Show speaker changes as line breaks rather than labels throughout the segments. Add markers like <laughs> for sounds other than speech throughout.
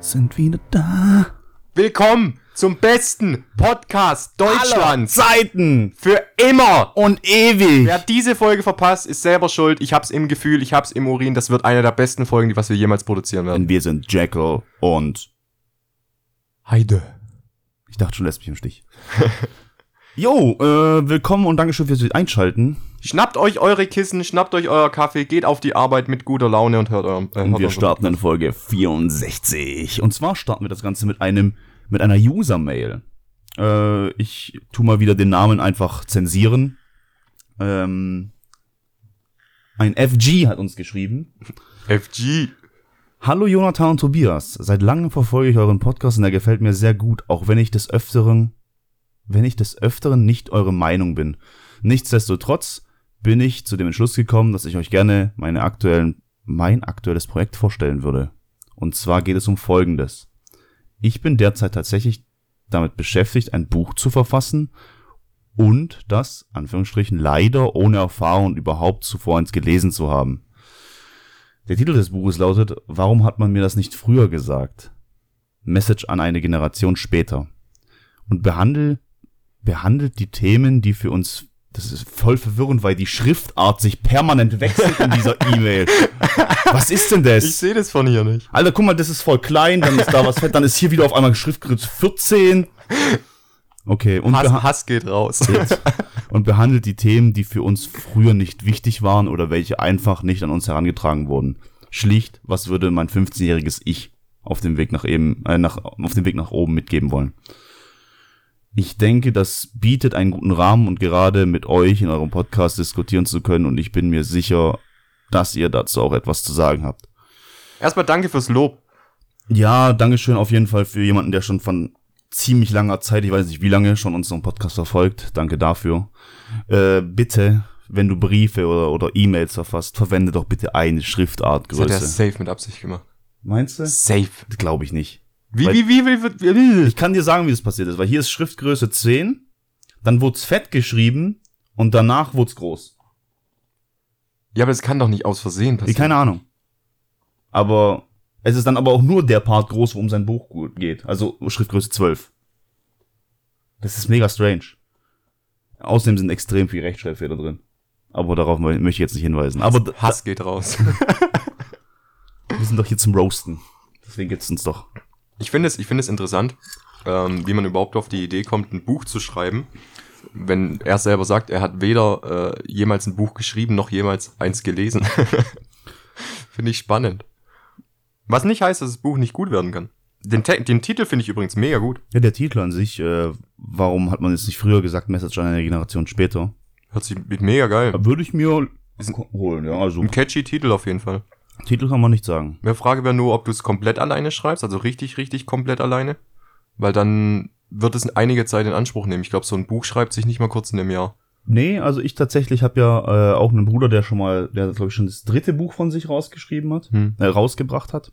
sind wieder da.
Willkommen zum besten Podcast Deutschlands.
Zeiten
Für immer.
und ewig.
Wer diese Folge verpasst, ist selber schuld. Ich hab's im Gefühl, ich hab's im Urin. Das wird eine der besten Folgen, die was wir jemals produzieren werden.
Denn wir sind Jekyll und
Heide.
ich dachte schon, lässt mich im Stich. <laughs> Jo, äh, willkommen und Dankeschön fürs Einschalten.
Schnappt euch eure Kissen, schnappt euch euer Kaffee, geht auf die Arbeit mit guter Laune und hört eurem. Äh,
Und
hört
wir
unseren-
starten in Folge 64. Und zwar starten wir das Ganze mit einem, mit einer User-Mail. Äh, ich tu mal wieder den Namen einfach zensieren. Ähm, ein FG hat uns geschrieben.
FG.
Hallo Jonathan und Tobias. Seit langem verfolge ich euren Podcast und er gefällt mir sehr gut, auch wenn ich des Öfteren, wenn ich des Öfteren nicht eure Meinung bin. Nichtsdestotrotz bin ich zu dem Entschluss gekommen, dass ich euch gerne meine aktuellen, mein aktuelles Projekt vorstellen würde. Und zwar geht es um Folgendes. Ich bin derzeit tatsächlich damit beschäftigt, ein Buch zu verfassen und das, Anführungsstrichen, leider ohne Erfahrung überhaupt zuvor ins gelesen zu haben. Der Titel des Buches lautet Warum hat man mir das nicht früher gesagt? Message an eine Generation später. Und behandel, behandelt die Themen, die für uns. Das ist voll verwirrend, weil die Schriftart sich permanent wechselt in dieser E-Mail. Was ist denn das?
Ich sehe das von hier nicht.
Alter, guck mal, das ist voll klein, dann ist da was fett, dann ist hier wieder auf einmal Schriftgröße 14. Okay, und,
Hass,
beha
Hass geht raus.
und behandelt die Themen, die für uns früher nicht wichtig waren oder welche einfach nicht an uns herangetragen wurden. Schlicht, was würde mein 15-jähriges Ich auf dem Weg nach eben, äh, nach, auf dem Weg nach oben mitgeben wollen? Ich denke, das bietet einen guten Rahmen und gerade mit euch in eurem Podcast diskutieren zu können und ich bin mir sicher, dass ihr dazu auch etwas zu sagen habt.
Erstmal danke fürs Lob.
Ja, Dankeschön auf jeden Fall für jemanden, der schon von ziemlich langer Zeit, ich weiß nicht wie lange, schon unseren Podcast verfolgt. Danke dafür. Äh, bitte, wenn du Briefe oder, oder E-Mails verfasst, verwende doch bitte eine
Das hat er
Schriftartgröße.
safe mit Absicht gemacht.
Meinst du?
Safe.
Glaube ich nicht.
Wie,
Weil-
wie, wie, wie, wie, wie?
Ich kann dir sagen, wie das passiert ist, weil hier ist Schriftgröße 10, dann wurde es fett geschrieben und danach wurde es groß.
Ja, aber das kann doch nicht aus Versehen
Wie,
passieren.
keine Ahnung. Aber es ist dann aber auch nur der Part groß, wo um sein Buch gut geht. Also Schriftgröße 12. Das ist mega strange. Außerdem sind extrem viel Rechtschreibfehler drin. Aber darauf mö- möchte ich jetzt nicht hinweisen. Aber d-
Hass geht raus.
wir sind doch hier zum Roasten. Deswegen gibt's uns doch.
Ich finde es, ich finde es interessant, ähm, wie man überhaupt auf die Idee kommt, ein Buch zu schreiben. Wenn er selber sagt, er hat weder äh, jemals ein Buch geschrieben noch jemals eins gelesen. <laughs> finde ich spannend. Was nicht heißt, dass das Buch nicht gut werden kann. Den, Te den Titel finde ich übrigens mega gut.
Ja, der Titel an sich, äh, warum hat man es nicht früher gesagt, Message an eine Generation später?
Hört sich mega geil.
Würde ich mir
Ist ein-
holen, ja. Also
Ein catchy Titel auf jeden Fall.
Titel kann man nicht sagen.
Meine Frage wäre nur, ob du es komplett alleine schreibst, also richtig, richtig komplett alleine. Weil dann wird es einige Zeit in Anspruch nehmen. Ich glaube, so ein Buch schreibt sich nicht mal kurz in einem Jahr.
Nee, also ich tatsächlich habe ja äh, auch einen Bruder, der schon mal, der glaube ich schon das dritte Buch von sich rausgeschrieben hat,
Hm.
äh, rausgebracht hat.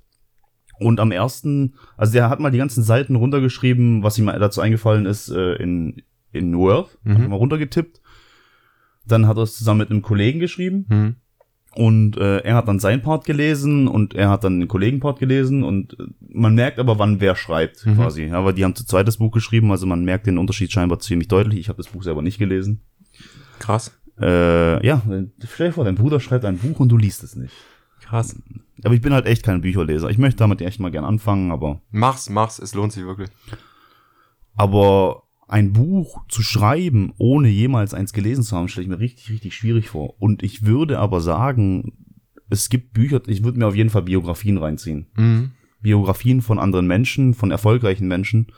Und am ersten, also der hat mal die ganzen Seiten runtergeschrieben, was ihm dazu eingefallen ist äh, in in Word,
Mhm.
hat er mal runtergetippt. Dann hat er es zusammen mit einem Kollegen geschrieben
Hm.
und äh, er hat dann seinen Part gelesen und er hat dann den Kollegen-Part gelesen und äh, man merkt aber, wann wer schreibt
Mhm.
quasi. Ja, aber die haben zu zweit das Buch geschrieben, also man merkt den Unterschied scheinbar ziemlich deutlich. Ich habe das Buch selber nicht gelesen.
Krass.
Äh, ja, stell dir vor, dein Bruder schreibt ein Buch und du liest es nicht.
Krass.
Aber ich bin halt echt kein Bücherleser. Ich möchte damit echt mal gern anfangen, aber.
Mach's, mach's, es lohnt sich wirklich.
Aber ein Buch zu schreiben, ohne jemals eins gelesen zu haben, stelle ich mir richtig, richtig schwierig vor. Und ich würde aber sagen, es gibt Bücher, ich würde mir auf jeden Fall Biografien reinziehen.
Mhm.
Biografien von anderen Menschen, von erfolgreichen Menschen.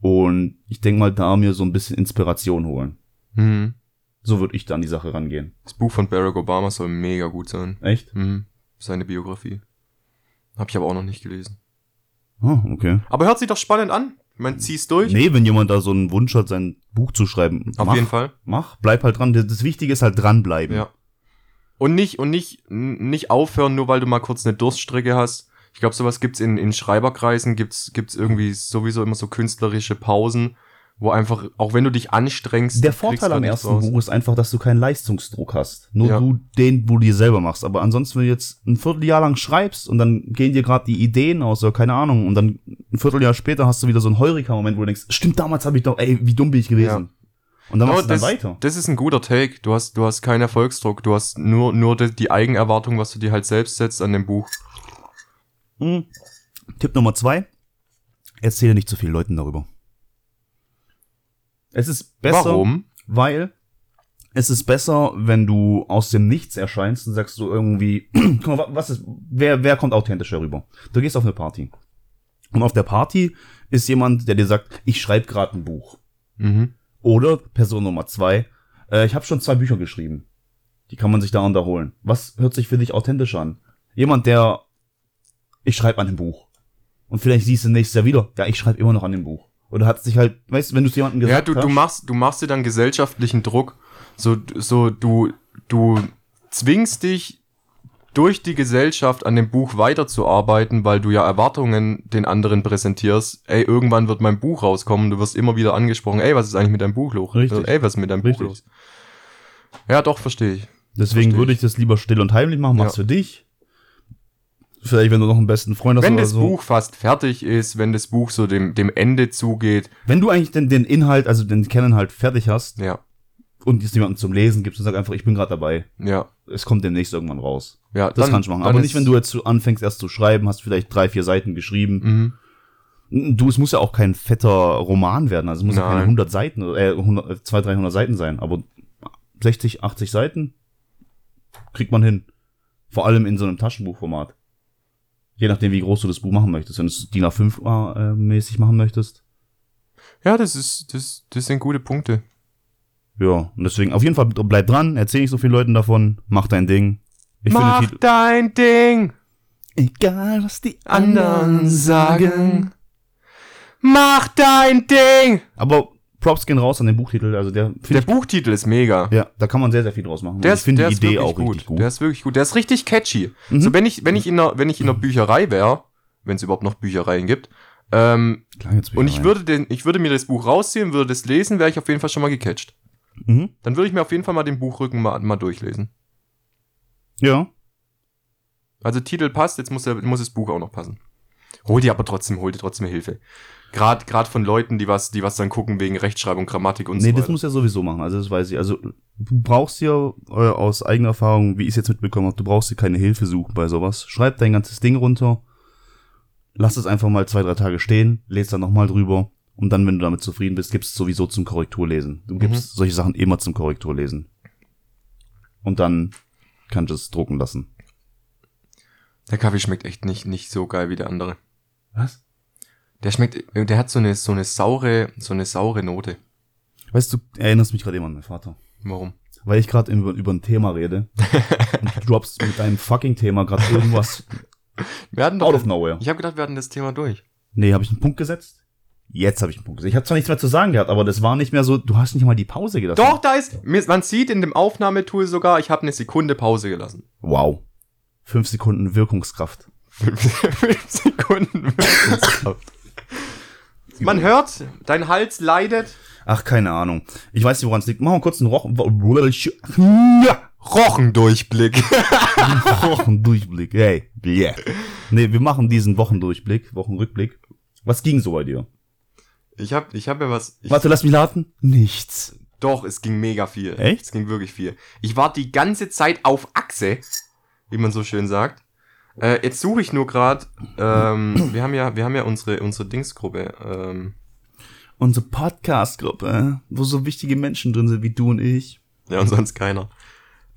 Und ich denke mal, da mir so ein bisschen Inspiration holen.
Mhm.
So würde ich da an die Sache rangehen.
Das Buch von Barack Obama soll mega gut sein.
Echt?
Mhm. Seine Biografie. Hab ich aber auch noch nicht gelesen.
Ah, okay.
Aber hört sich doch spannend an. Man zieh's durch.
Nee, wenn jemand da so einen Wunsch hat, sein Buch zu schreiben,
Auf
mach,
jeden Fall.
mach, bleib halt dran. Das das Wichtige ist halt dranbleiben.
Ja. Und nicht, und nicht, n- nicht aufhören, nur weil du mal kurz eine Durststrecke hast. Ich glaube, sowas gibt's in, in Schreiberkreisen, gibt's, gibt's irgendwie sowieso immer so künstlerische Pausen, wo einfach, auch wenn du dich anstrengst,
Der
du kriegst
Vorteil
da
am
nichts
ersten
raus.
Buch ist einfach, dass du keinen Leistungsdruck hast. Nur
Ja.
du den, wo du dir selber machst. Aber ansonsten, wenn du jetzt ein Vierteljahr lang schreibst und dann gehen dir gerade die Ideen aus oder keine Ahnung und dann ein Vierteljahr später hast du wieder so einen Heurika-Moment, wo du denkst, stimmt, damals habe ich doch, ey, wie dumm bin ich gewesen. Und dann
Aber
machst du dann
das,
weiter.
das ist ein guter Take. Du hast, du hast keinen Erfolgsdruck. Du hast nur, nur die, die Eigenerwartung, was du dir halt selbst setzt an dem Buch.
Mhm. Tipp Nummer zwei. Erzähle nicht zu vielen Leuten darüber. Es ist besser.
Warum?
Weil es ist besser, wenn du aus dem Nichts erscheinst und sagst so irgendwie, <clears throat> guck mal, wa- was ist, wer, wer kommt authentisch herüber? Du gehst auf eine Party. Und auf der Party ist jemand, der dir sagt, ich schreibe gerade ein Buch.
Mhm.
Oder Person Nummer zwei, äh, ich habe schon zwei Bücher geschrieben. Die kann man sich da unterholen. Was hört sich für dich authentisch an? Jemand, der, ich schreibe an dem Buch. Und vielleicht siehst du nächstes Jahr wieder, ja, ich schreibe immer noch an dem Buch. Oder hat sich halt, weißt du, wenn du es jemandem
Ja,
gesagt
du, du
hast,
machst, du machst dir dann gesellschaftlichen Druck. So, so, du, du zwingst dich durch die Gesellschaft an dem Buch weiterzuarbeiten, weil du ja Erwartungen den anderen präsentierst. Ey, irgendwann wird mein Buch rauskommen. Du wirst immer wieder angesprochen. Ey, was ist eigentlich mit deinem Buch los?
Richtig.
Ey, was ist mit deinem
Richtig.
Buch los? Ja, doch, verstehe ich.
Deswegen
Verstehe
würde ich das lieber still und heimlich machen. Mach's
Ja.
für dich. Vielleicht, wenn du noch einen besten Freund hast
wenn
oder
das
so.
Buch fast fertig ist, wenn das Buch so dem, dem Ende zugeht,
Wenn du eigentlich den, den Inhalt, also den Canon halt fertig hast
ja,
und es jemandem zum Lesen gibst und sag einfach, ich bin gerade dabei.
ja,
Es kommt demnächst irgendwann raus.
ja.
Das
dann-
kannst du machen.
dann
Aber
ist-
nicht, wenn du jetzt so anfängst erst zu schreiben, hast vielleicht drei, vier Seiten geschrieben.
Mhm.
Du, es muss ja auch kein fetter Roman werden. Also es muss ja keine
Nein.
100 Seiten, oder, äh, 100, äh, 200, 300 Seiten sein. Aber 60, 80 Seiten kriegt man hin. Vor allem in so einem Taschenbuchformat. Je nachdem, wie groß du das Buch machen möchtest. Wenn du es DIN A5 äh, mäßig machen möchtest.
Ja, das ist, das, das sind gute Punkte.
Ja, und deswegen auf jeden Fall bleib dran, erzähl nicht so vielen Leuten davon, mach dein Ding. Ich
Mach
finde
dein Ding,
Titel. Egal, was die
anderen sagen. Mach dein Ding.
Aber Props gehen raus an den Buchtitel. Also der,
Der
find
Buchtitel ist mega.
ich, ja, da kann man sehr, sehr viel draus machen.
Der
Und
ist,
ich finde
der
die
ist
Idee
wirklich
auch
gut.
richtig gut. Mhm.
Der ist wirklich gut. Der ist richtig catchy. So, wenn ich, wenn ich in einer, wenn ich in einer Bücherei wäre, wenn es überhaupt noch Büchereien gibt, ähm,
Klar, jetzt bin
und ich
rein.
würde den, ich würde mir das Buch rausziehen, würde das lesen, wäre ich auf jeden Fall schon mal gecatcht.
Mhm.
Dann würde ich mir auf jeden Fall mal den Buchrücken mal, mal durchlesen.
Ja.
Also Titel passt, jetzt muss, der, muss das Buch auch noch passen. Hol dir aber trotzdem, hol dir trotzdem Hilfe. Gerade grad von Leuten, die was, die was dann gucken wegen Rechtschreibung, Grammatik und
Nee,
so
das
weiter.
muss ja sowieso machen, also das weiß ich. Also du brauchst ja äh, aus eigener Erfahrung, wie ich es jetzt mitbekommen habe, du brauchst dir keine Hilfe suchen bei sowas. Schreib dein ganzes Ding runter, lass es einfach mal zwei, drei Tage stehen, lest dann nochmal drüber und dann, wenn du damit zufrieden bist, gibst es sowieso zum Korrekturlesen.
Mhm.
Du gibst solche Sachen immer zum Korrekturlesen. Und dann kannst du es drucken lassen.
Der Kaffee schmeckt echt nicht, nicht so geil wie der andere.
Was?
Der schmeckt, der hat so eine, so eine saure, so eine saure Note.
Weißt du, erinnerst mich gerade immer an meinen Vater.
Warum?
weil ich gerade über, über ein Thema
<laughs>
rede und du droppst mit deinem fucking Thema gerade irgendwas
Wir hatten
out
doch,
of nowhere.
ich habe gedacht, wir hatten das Thema durch.
Nee, habe ich einen Punkt gesetzt? Jetzt habe ich einen Punkt gesetzt. Ich habe zwar nichts mehr zu sagen gehabt, aber das war nicht mehr so, du hast nicht mal die Pause gedacht.
Doch, da ist, mir- man sieht in dem Aufnahmetool sogar, ich habe eine Sekunde Pause gelassen. <laughs>
Wow. Fünf Sekunden Wirkungskraft.
Fünf Sekunden. man hört, dein Hals leidet.
Ach, keine Ahnung. Ich weiß nicht, woran es liegt. Machen wir kurz einen Rochen,
Rochendurchblick.
Wochendurchblick. Hey, yeah. Nee, wir machen diesen Wochendurchblick, Wochenrückblick. Was ging so bei dir?
Ich hab, ich hab ja was. Ich,
Warte, lass mich raten. Nichts.
Doch, es ging mega viel.
Echt?
Es ging wirklich viel. Ich war die ganze Zeit auf Achse, wie man so schön sagt. Äh, jetzt suche ich nur gerade. Ähm, wir haben ja, wir haben ja unsere unsere Dingsgruppe. Ähm,
Unsere Podcast-Gruppe, wo so wichtige Menschen drin sind wie du und ich.
ja, und sonst keiner.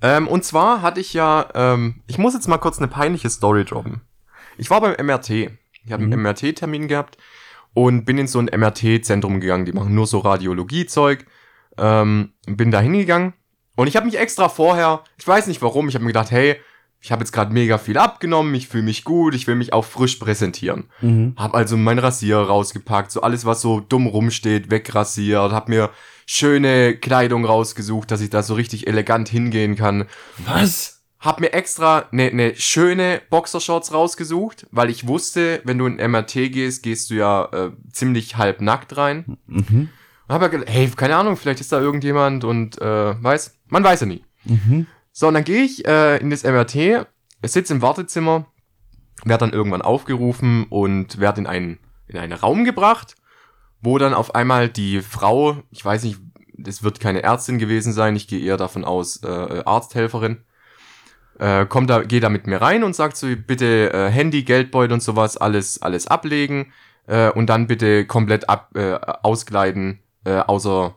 Ähm, und zwar hatte ich ja, ähm, ich muss jetzt mal kurz eine peinliche Story droppen. Ich war beim MRT. Ich habe einen MRT-Termin gehabt und bin in so ein MRT-Zentrum gegangen. Die machen nur so Radiologie-Zeug. Ähm, bin da hingegangen und ich habe mich extra vorher, ich weiß nicht warum, ich habe mir gedacht, hey, ich habe jetzt gerade mega viel abgenommen, ich fühle mich gut, ich will mich auch frisch präsentieren.
Mhm.
Hab also meinen Rasierer rausgepackt, so alles, was so dumm rumsteht, wegrasiert, hab mir schöne Kleidung rausgesucht, dass ich da so richtig elegant hingehen kann.
Was?
Hab mir extra ne ne schöne Boxershorts rausgesucht, weil ich wusste, wenn du in MRT gehst, gehst du ja äh, ziemlich halbnackt rein.
Mhm.
Hab ja gel- hey, keine Ahnung, vielleicht ist da irgendjemand und äh, weiß, man weiß ja nie.
Mhm.
So, und dann gehe ich äh, in das MRT, sitze im Wartezimmer, werd dann irgendwann aufgerufen und werd in einen, in einen Raum gebracht, wo dann auf einmal die Frau, ich weiß nicht, das wird keine Ärztin gewesen sein, ich gehe eher davon aus, äh, Arzthelferin, äh, kommt da, geht da mit mir rein und sagt so, bitte äh, Handy, Geldbeutel und sowas, alles, alles ablegen äh, und dann bitte komplett ab, äh, auskleiden, äh, außer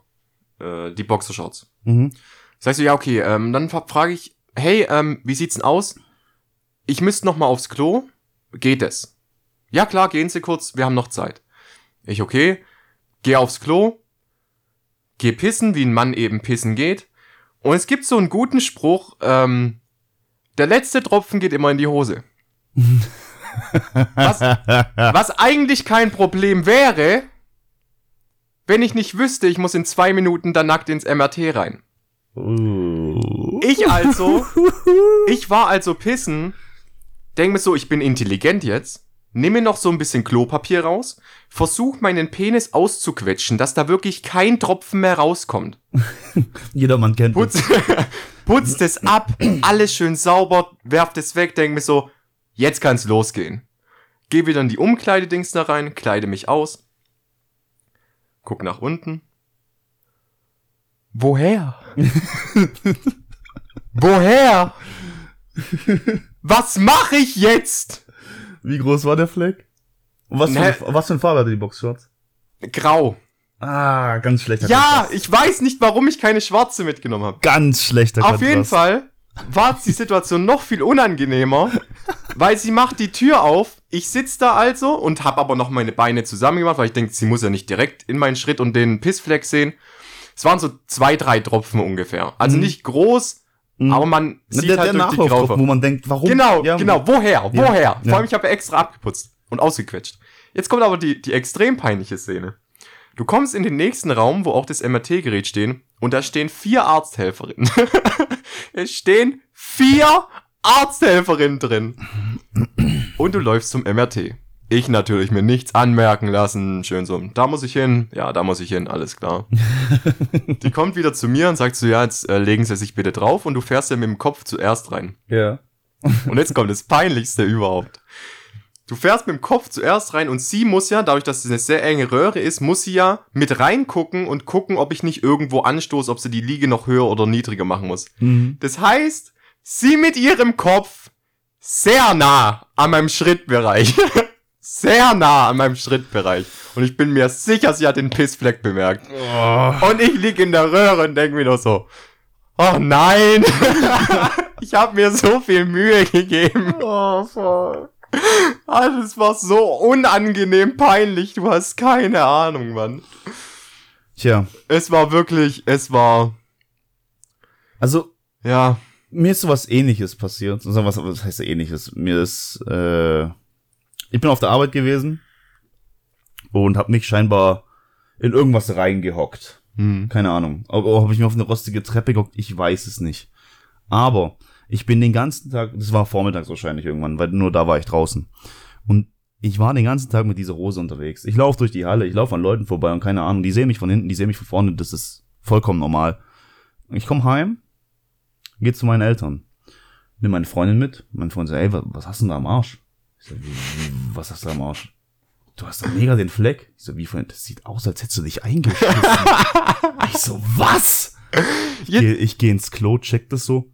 äh, die Boxershorts.
Mhm.
Sagst du, ja, okay, ähm, dann fra- frage ich, hey, ähm, wie sieht's denn aus? Ich müsste noch mal aufs Klo. Geht es? Ja, klar, gehen Sie kurz, wir haben noch Zeit. Ich, okay, geh aufs Klo, geh pissen, wie ein Mann eben pissen geht. Und es gibt so einen guten Spruch, ähm, der letzte Tropfen geht immer in die Hose. was, was eigentlich kein Problem wäre, wenn ich nicht wüsste, ich muss in zwei Minuten dann nackt ins MRT rein.
Uh.
Ich also, ich war also pissen, denk mir so, ich bin intelligent jetzt, nimm mir noch so ein bisschen Klopapier raus, versuch meinen Penis auszuquetschen, dass da wirklich kein Tropfen mehr rauskommt.
Jedermann kennt
Putz, <laughs> putzt es ab, alles schön sauber, werft es weg, denk mir so, jetzt kann's losgehen. Geh wieder in die Umkleidedings da rein, kleide mich aus, guck nach unten. Woher? Woher? Was mache ich jetzt?
Wie groß war der Fleck? Und was,
Ne.
für, eine- was für eine Farbe hatte die Boxshorts?
Grau.
Ah, ganz schlechter
Ja,
Kontrast.
ich weiß nicht, warum ich keine schwarze mitgenommen habe.
Ganz schlechter
Auf jeden
Kontrast.
Fall war die Situation noch viel unangenehmer, weil sie macht die Tür auf. Ich sitz da also und hab aber noch meine Beine zusammengemacht, weil ich denke, sie muss ja nicht direkt in meinen Schritt und den Pissfleck sehen. Es waren so zwei, drei Tropfen ungefähr. Also
Mhm.
nicht groß,
Mhm.
aber man
Na,
sieht
der
halt
der
durch die
Nachlauf,
Graufe.
wo man denkt, warum?
Genau,
Ja,
genau. Woher?
Ja.
Woher? Vor
Ja.
allem, ich habe ja extra abgeputzt und ausgequetscht. Jetzt kommt aber die, die extrem peinliche Szene. Du kommst in den nächsten Raum, wo auch das MRT-Gerät stehen, und da stehen vier Arzthelferinnen. <laughs> es stehen vier Arzthelferinnen drin. Und du läufst zum MRT. Ich natürlich mir nichts anmerken lassen. Schön so, da muss ich hin, ja, da muss ich hin,
<laughs>
alles klar. die kommt wieder zu mir und sagt so, ja, jetzt äh, legen sie sich bitte drauf und du fährst ja mit dem Kopf zuerst rein.
Ja.
Und jetzt kommt das Peinlichste überhaupt. Du fährst mit dem Kopf zuerst rein und sie muss ja, dadurch, dass es eine sehr enge Röhre ist, muss sie ja mit reingucken und gucken, ob ich nicht irgendwo anstoße, ob sie die Liege noch höher oder niedriger machen muss.
Mhm.
Das heißt, sie mit ihrem Kopf sehr nah an meinem Schrittbereich. <laughs> sehr nah an meinem Schrittbereich. Und ich bin mir sicher, sie hat den Pissfleck bemerkt.
Oh.
Und ich lieg in der Röhre und denk mir nur so, oh nein, <laughs> ich habe mir so viel Mühe gegeben.
oh, fuck.
Also, es war so unangenehm peinlich, du hast keine Ahnung, Mann.
Tja,
Es war wirklich, es war,
also
ja,
mir ist sowas ähnliches passiert. Also was, was heißt ähnliches? Mir ist, äh, ich bin auf der Arbeit gewesen und habe mich scheinbar in irgendwas reingehockt.
hm.
Keine Ahnung. Ob, ob ich mir auf eine rostige Treppe gehockt, ich weiß es nicht. Aber ich bin den ganzen Tag, das war vormittags wahrscheinlich irgendwann, weil nur da war ich draußen. Und ich war den ganzen Tag mit dieser Hose unterwegs. Ich laufe durch die Halle, ich laufe an Leuten vorbei und keine Ahnung, die sehen mich von hinten, die sehen mich von vorne, das ist vollkommen normal. Ich komme heim, geh zu meinen Eltern, nimm meine Freundin mit. Mein Freund sagt, ey, wa- was hast du denn da am Arsch? Ich sag, wie, wie- was hast du da am Arsch? Du hast da mega den Fleck. Ich so, wie von, das sieht aus, als hättest du dich eingeschissen. ich so, was? Ich
Jetzt-
gehe ich geh ins Klo, check das so,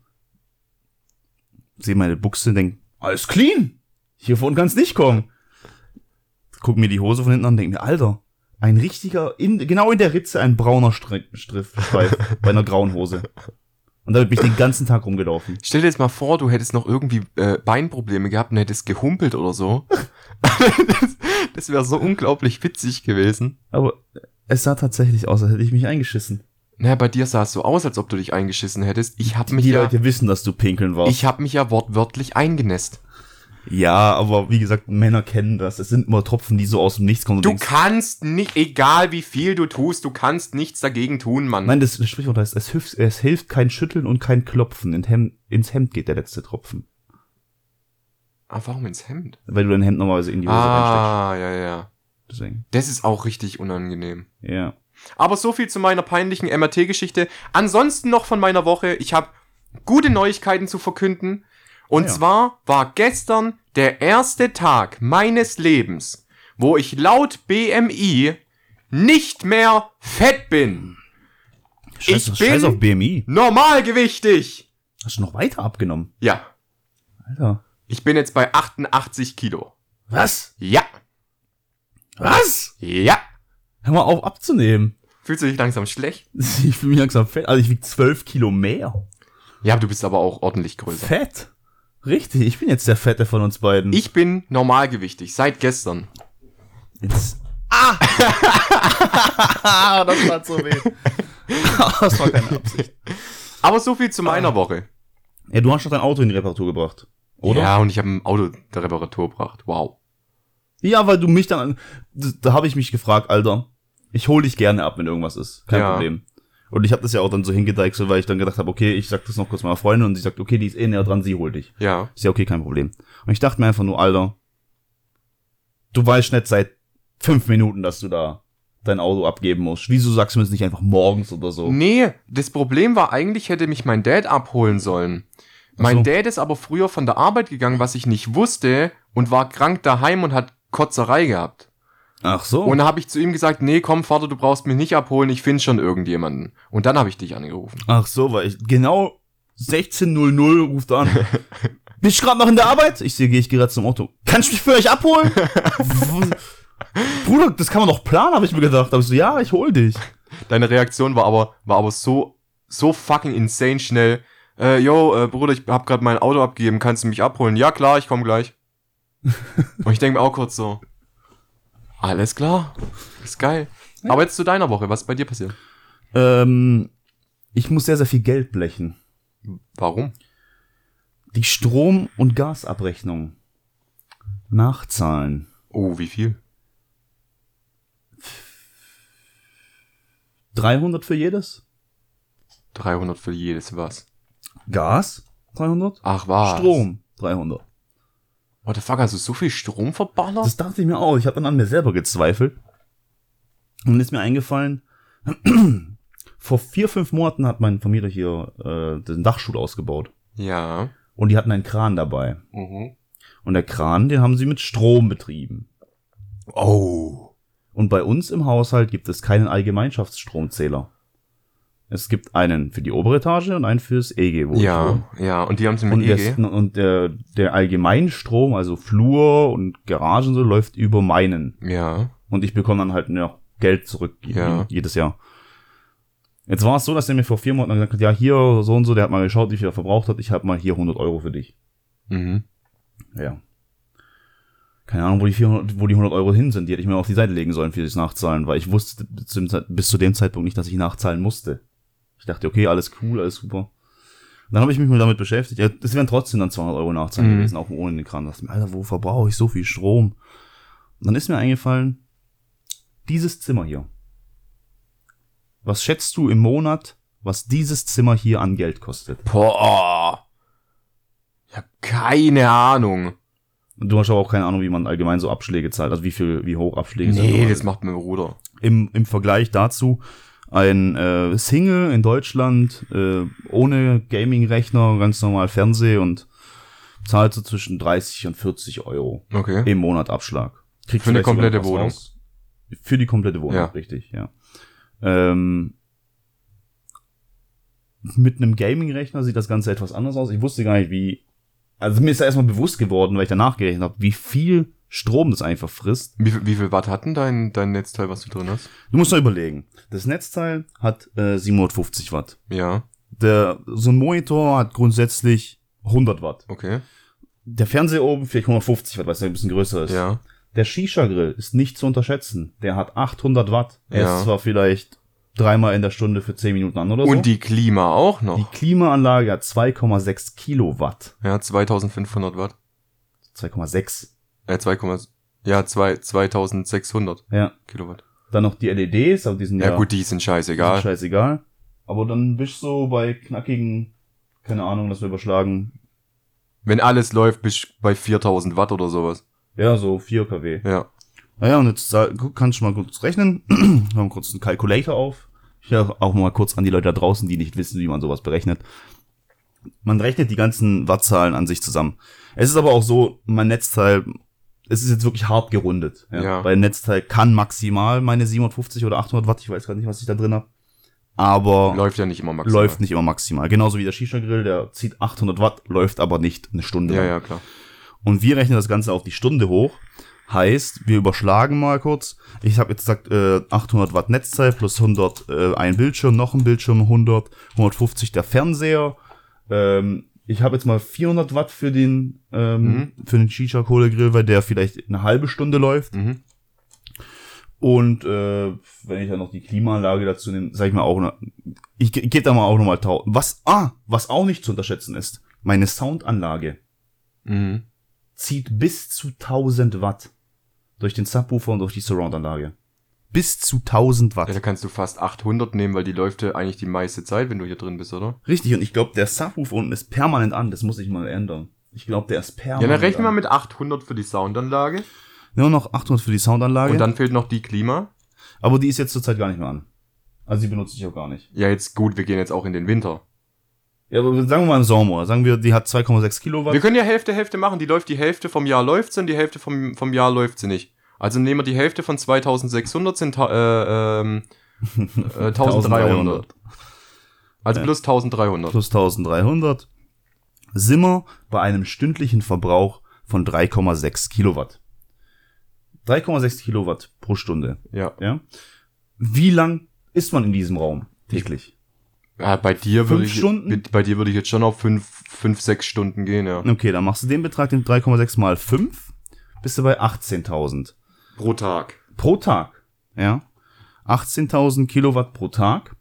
sehe meine Buchse und denk, alles clean. Hier von kann's nicht kommen. Guck mir die Hose von hinten an und denk mir, Alter, ein richtiger, in, genau in der Ritze ein brauner Stri- Striff,
<laughs>
Streif bei einer grauen Hose. Und damit bin ich den ganzen Tag rumgelaufen.
Stell dir jetzt mal vor, du hättest noch irgendwie äh, Beinprobleme gehabt und hättest gehumpelt oder so. <laughs> das das wäre so unglaublich witzig gewesen.
Aber es sah tatsächlich aus, als hätte ich mich eingeschissen.
Naja, bei dir sah es so aus, als ob du dich eingeschissen hättest. Ich hab mich
die
ja,
Leute wissen, dass du pinkeln warst.
ich hab mich ja wortwörtlich eingenässt.
ja, aber wie gesagt, Männer kennen das. Es sind immer Tropfen, die so aus dem Nichts kommen. und
Du
denkst,
kannst nicht, egal wie viel du tust, du kannst nichts dagegen tun, Mann.
Nein, das das Sprichwort heißt, es hilft, es hilft kein Schütteln und kein Klopfen. In Hemd, ins Hemd geht der letzte Tropfen.
Ah, warum ins Hemd?
Weil du dein Ah. Hemd normalerweise in die Hose reinsteckst.
Ah, ja, ja.
Deswegen.
Das ist auch richtig unangenehm.
Ja.
Aber so viel zu meiner peinlichen MRT-Geschichte. Ansonsten noch von meiner Woche. Ich habe gute Neuigkeiten zu verkünden. Und
Ja.
zwar war gestern der erste Tag meines Lebens, wo ich laut BMI nicht mehr fett bin.
Scheiß,
Ich
Scheiß
bin-
auf BMI.
Normalgewichtig.
Hast du noch weiter abgenommen?
Ja,
Alter.
ich bin jetzt bei 88 Kilo.
Was?
Ja,
Was?
ja.
Hör mal auf abzunehmen. <laughs>
Fühlst du dich langsam schlecht?
Ich fühle mich langsam fett. Also ich wiege 12 Kilo mehr.
Ja, du bist aber auch ordentlich größer.
Fett? Richtig, ich bin jetzt der Fette von uns beiden.
Ich bin normalgewichtig, seit gestern.
Jetzt. Ah! <laughs> das war zu weh. <laughs> das war keine Absicht.
Aber so viel zu
Ah.
meiner Woche.
Ja, du hast doch dein Auto in die Reparatur gebracht. Oder?
Ja, und ich habe ein Auto der Reparatur gebracht. Wow.
Ja, weil du mich dann. Da, da habe ich mich gefragt, Alter. Ich hol dich gerne ab, wenn irgendwas ist. Kein
Ja.
Problem. Und ich habe das ja auch dann so hingedeichselt, weil ich dann gedacht habe, okay, ich sag das noch kurz meiner Freundin und sie sagt, okay, die ist eh näher dran, sie holt dich.
Ja.
Ist ja okay, kein Problem. Und ich dachte mir einfach nur, Alter, du weißt nicht seit fünf Minuten, dass du da dein Auto abgeben musst. Wieso sagst du mir das nicht einfach morgens oder so?
Nee, das Problem war eigentlich, hätte mich mein Dad abholen sollen. Mein
so.
Dad ist aber früher von der Arbeit gegangen, was ich nicht wusste, und war krank daheim und hat Kotzerei gehabt.
Ach so.
Und da habe ich zu ihm gesagt, nee, komm, Vater, du brauchst mich nicht abholen, ich finde schon irgendjemanden. Und dann habe ich dich angerufen.
Ach so, weil ich genau 16.00 ruft an. Bist du gerade noch in der Arbeit? Ich sehe, gehe ich gerade zum Auto. Kannst du mich für euch abholen? W- Bruder, das kann man doch planen, habe ich mir gedacht. Aber ich so, ja, ich hol dich.
Deine Reaktion war aber, war aber so, so fucking insane schnell. Äh, yo, äh, Bruder, ich hab gerade mein Auto abgegeben, kannst du mich abholen? Ja, klar, ich
<laughs>
komm gleich. Und ich denke mir auch kurz so, alles klar, ist geil. Aber jetzt zu deiner Woche, was ist bei dir passiert?
Ähm, ich muss sehr, sehr viel Geld blechen.
Warum?
Die Strom- und Gasabrechnung nachzahlen.
Oh, wie viel?
300 für jedes?
300 für jedes was.
Gas? 300?
Ach was.
Strom? 300.
What the fuck, hast du so viel Strom verballert?
Das dachte ich mir auch. Ich habe dann an mir selber gezweifelt. Und ist mir eingefallen, <clears throat> vor vier, fünf Monaten hat mein Vermieter hier äh, den Dachschutt ausgebaut.
ja.
Und die hatten einen Kran dabei.
Mhm.
Und der Kran, den haben sie mit Strom betrieben.
Oh.
Und bei uns im Haushalt gibt es keinen Allgemeinschaftsstromzähler. Es gibt einen für die obere Etage und einen fürs EG. wo ich wohne.
Ja, E ja, und die haben eh sie
Oh,
mit
Und,
EG?
der, und der, der Allgemeinstrom, also Flur und Garagen so, läuft über meinen.
Ja.
Und ich bekomme dann halt noch Geld zurück je-
Ja.
jedes Jahr. Jetzt war es so, dass der mir vor vier Monaten gesagt hat, ja, hier so und so, der hat mal geschaut, wie viel er verbraucht hat, ich habe mal hier 100 Euro für dich.
Mhm.
Ja. Keine Ahnung, wo die, 400, wo die 100 Euro hin sind, die hätte ich mir auf die Seite legen sollen für das Nachzahlen, weil ich wusste bis zum Ze- bis zu dem Zeitpunkt nicht, dass ich nachzahlen musste. Ich dachte, okay, alles cool, alles super. Und dann habe ich mich mal damit beschäftigt. Ja, das wären trotzdem dann 200 Euro Nachzahlen
Mhm.
gewesen, auch ohne den Kran. Da dachte ich mir, Alter, wo verbrauche ich so viel Strom? Und dann ist mir eingefallen, dieses Zimmer hier. Was schätzt du im Monat, was dieses Zimmer hier an Geld kostet?
Boah. Ich hab keine Ahnung.
Und du hast aber auch keine Ahnung, wie man allgemein so Abschläge zahlt, also wie viel, wie hoch Abschläge
Nee,
sind.
das macht mein Bruder.
im, im Vergleich dazu ein äh, Single in Deutschland äh, ohne Gaming-Rechner, ganz normal Fernseh und zahlt so zwischen 30 und 40 Euro
Okay.
im Monat Abschlag. Kriegt
Für eine
vielleicht sogar
komplette
noch was
Wohnung.
raus. Für die komplette Wohnung,
Ja.
richtig, ja. Ähm, mit einem Gaming-Rechner sieht das Ganze etwas anders aus. Ich wusste gar nicht, wie. Also mir ist da erstmal bewusst geworden, weil ich danach gerechnet habe, wie viel Strom das einfach frisst.
Wie, viel- wie viel Watt hatten dein, dein Netzteil, was du drin hast?
Du musst mal überlegen. Das Netzteil hat äh, 750 Watt.
Ja,
Der, so ein Monitor hat grundsätzlich 100 Watt.
okay.
Der Fernseher oben vielleicht 150 Watt, weil es ja ein bisschen größer ist.
Ja.
Der Shisha-Grill ist nicht zu unterschätzen. Der hat 800 Watt. Er
Ja.
ist zwar vielleicht dreimal in der Stunde für 10 Minuten an oder so.
Und die Klima auch
die
noch.
Klimaanlage hat 2,6 Kilowatt.
Ja, 2500 Watt.
2,6.
Äh, 2, ja, 2, 2600
Ja.
Kilowatt.
Dann noch die LEDs, aber die sind
Ja,
ja,
gut, die sind scheißegal.
Ist scheißegal. Aber dann bist du so bei knackigen, keine Ahnung, dass wir überschlagen,
Wenn alles läuft, bist du bei 4000 Watt oder sowas.
Ja, so 4 kW.
Ja.
Naja, und jetzt sa- gu- kann ich schon mal kurz rechnen. <clears throat> Wir haben kurz einen Calculator auf. Ich höre auch mal kurz an die Leute da draußen, die nicht wissen, wie man sowas berechnet. Man rechnet die ganzen Wattzahlen an sich zusammen. Es ist aber auch so, mein Netzteil, es ist jetzt wirklich hart gerundet. Ja.
Ja.
Bei Netzteil kann maximal meine 750 oder 800 Watt, ich weiß gerade nicht, was ich da drin habe. Aber
Läuft ja nicht immer maximal.
läuft nicht immer maximal. Genauso wie der Shisha-Grill, der zieht 800 Watt, läuft aber nicht eine Stunde
Ja,
lang.
ja, klar.
Und wir rechnen das Ganze auf die Stunde hoch. Heißt, wir überschlagen mal kurz. Ich habe jetzt gesagt, äh, 800 Watt Netzteil plus 100 äh, ein Bildschirm, noch ein Bildschirm, 100, 150 der Fernseher. Ähm, ich habe jetzt mal 400 Watt für den ähm, für den Shisha Kohlegrill, weil der vielleicht eine halbe Stunde läuft.
Mhm.
Und äh, wenn ich dann noch die Klimaanlage dazu nehme, sag ich mal auch, ne- ich ge- geb da mal auch nochmal tau. Was, ah, was auch nicht zu unterschätzen ist, meine Soundanlage
Mhm.
zieht bis zu 1000 Watt durch den Subwoofer und durch die Surround-Anlage. Bis zu 1000 Watt.
Ja, da kannst du fast 800 nehmen, weil die läuft ja eigentlich die meiste Zeit, wenn du hier drin bist, oder?
Richtig, und ich glaube, der Subwoofer unten ist permanent an. Das muss ich mal ändern. Ich glaube, der ist permanent
Ja, dann rechnen wir
an.
mit 800 für die Soundanlage
Nur noch 800 für die Soundanlage.
und dann fehlt noch die Klima.
aber die ist jetzt zurzeit gar nicht mehr an. Also die benutze ich auch gar nicht.
Ja, jetzt gut, wir gehen jetzt auch in den Winter.
Ja, aber sagen wir mal im Sommer. Sagen wir, die hat 2,6 Kilowatt.
Wir können ja Hälfte, Hälfte machen. Die läuft die Hälfte vom Jahr läuft sie und die Hälfte vom, vom Jahr läuft sie nicht. Also nehmen wir die Hälfte von 2600 sind ta-
<laughs>
äh, ähm, äh, 1300. Also
Ja.
plus 1300.
plus 1300 sind wir bei einem stündlichen Verbrauch von 3,6 Kilowatt. 3,6 Kilowatt pro Stunde.
Ja.
Ja? Wie lang ist man in diesem Raum täglich?
ja. Bei dir würde
Fünf
ich,
Stunden?
mit- bei dir würde ich jetzt schon auf 5, 5, 6 Stunden gehen, ja.
Okay, dann machst du den Betrag, den 3,6 mal 5, bist du bei 18.000
Pro Tag.
pro Tag. Ja? 18.000 Kilowatt pro Tag.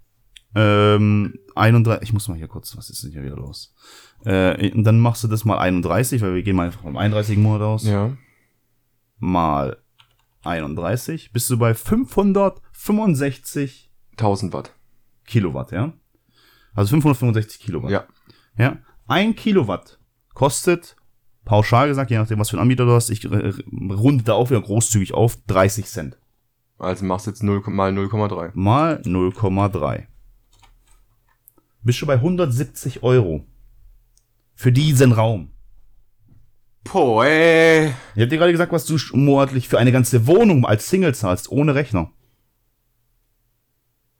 Ähm, 31, ich muss mal hier kurz, was ist denn hier wieder los? Äh, und dann machst du das mal 31, weil wir gehen mal einfach vom 31. Monat aus.
Ja.
mal 31 bist du bei 565
1000 Watt.
Kilowatt, ja? Also 565 Kilowatt.
Ja.
ja? Ein Kilowatt kostet, pauschal gesagt, je nachdem, was für einen Anbieter du hast, ich äh, runde da auch wieder großzügig auf, 30 Cent.
Also machst jetzt 0, mal 0,3.
Mal 0,3. Bist du bei 170 Euro. Für diesen Raum.
Boah, ey.
Ich hab dir gerade gesagt, was du sch- monatlich für eine ganze Wohnung als Single zahlst, ohne Rechner.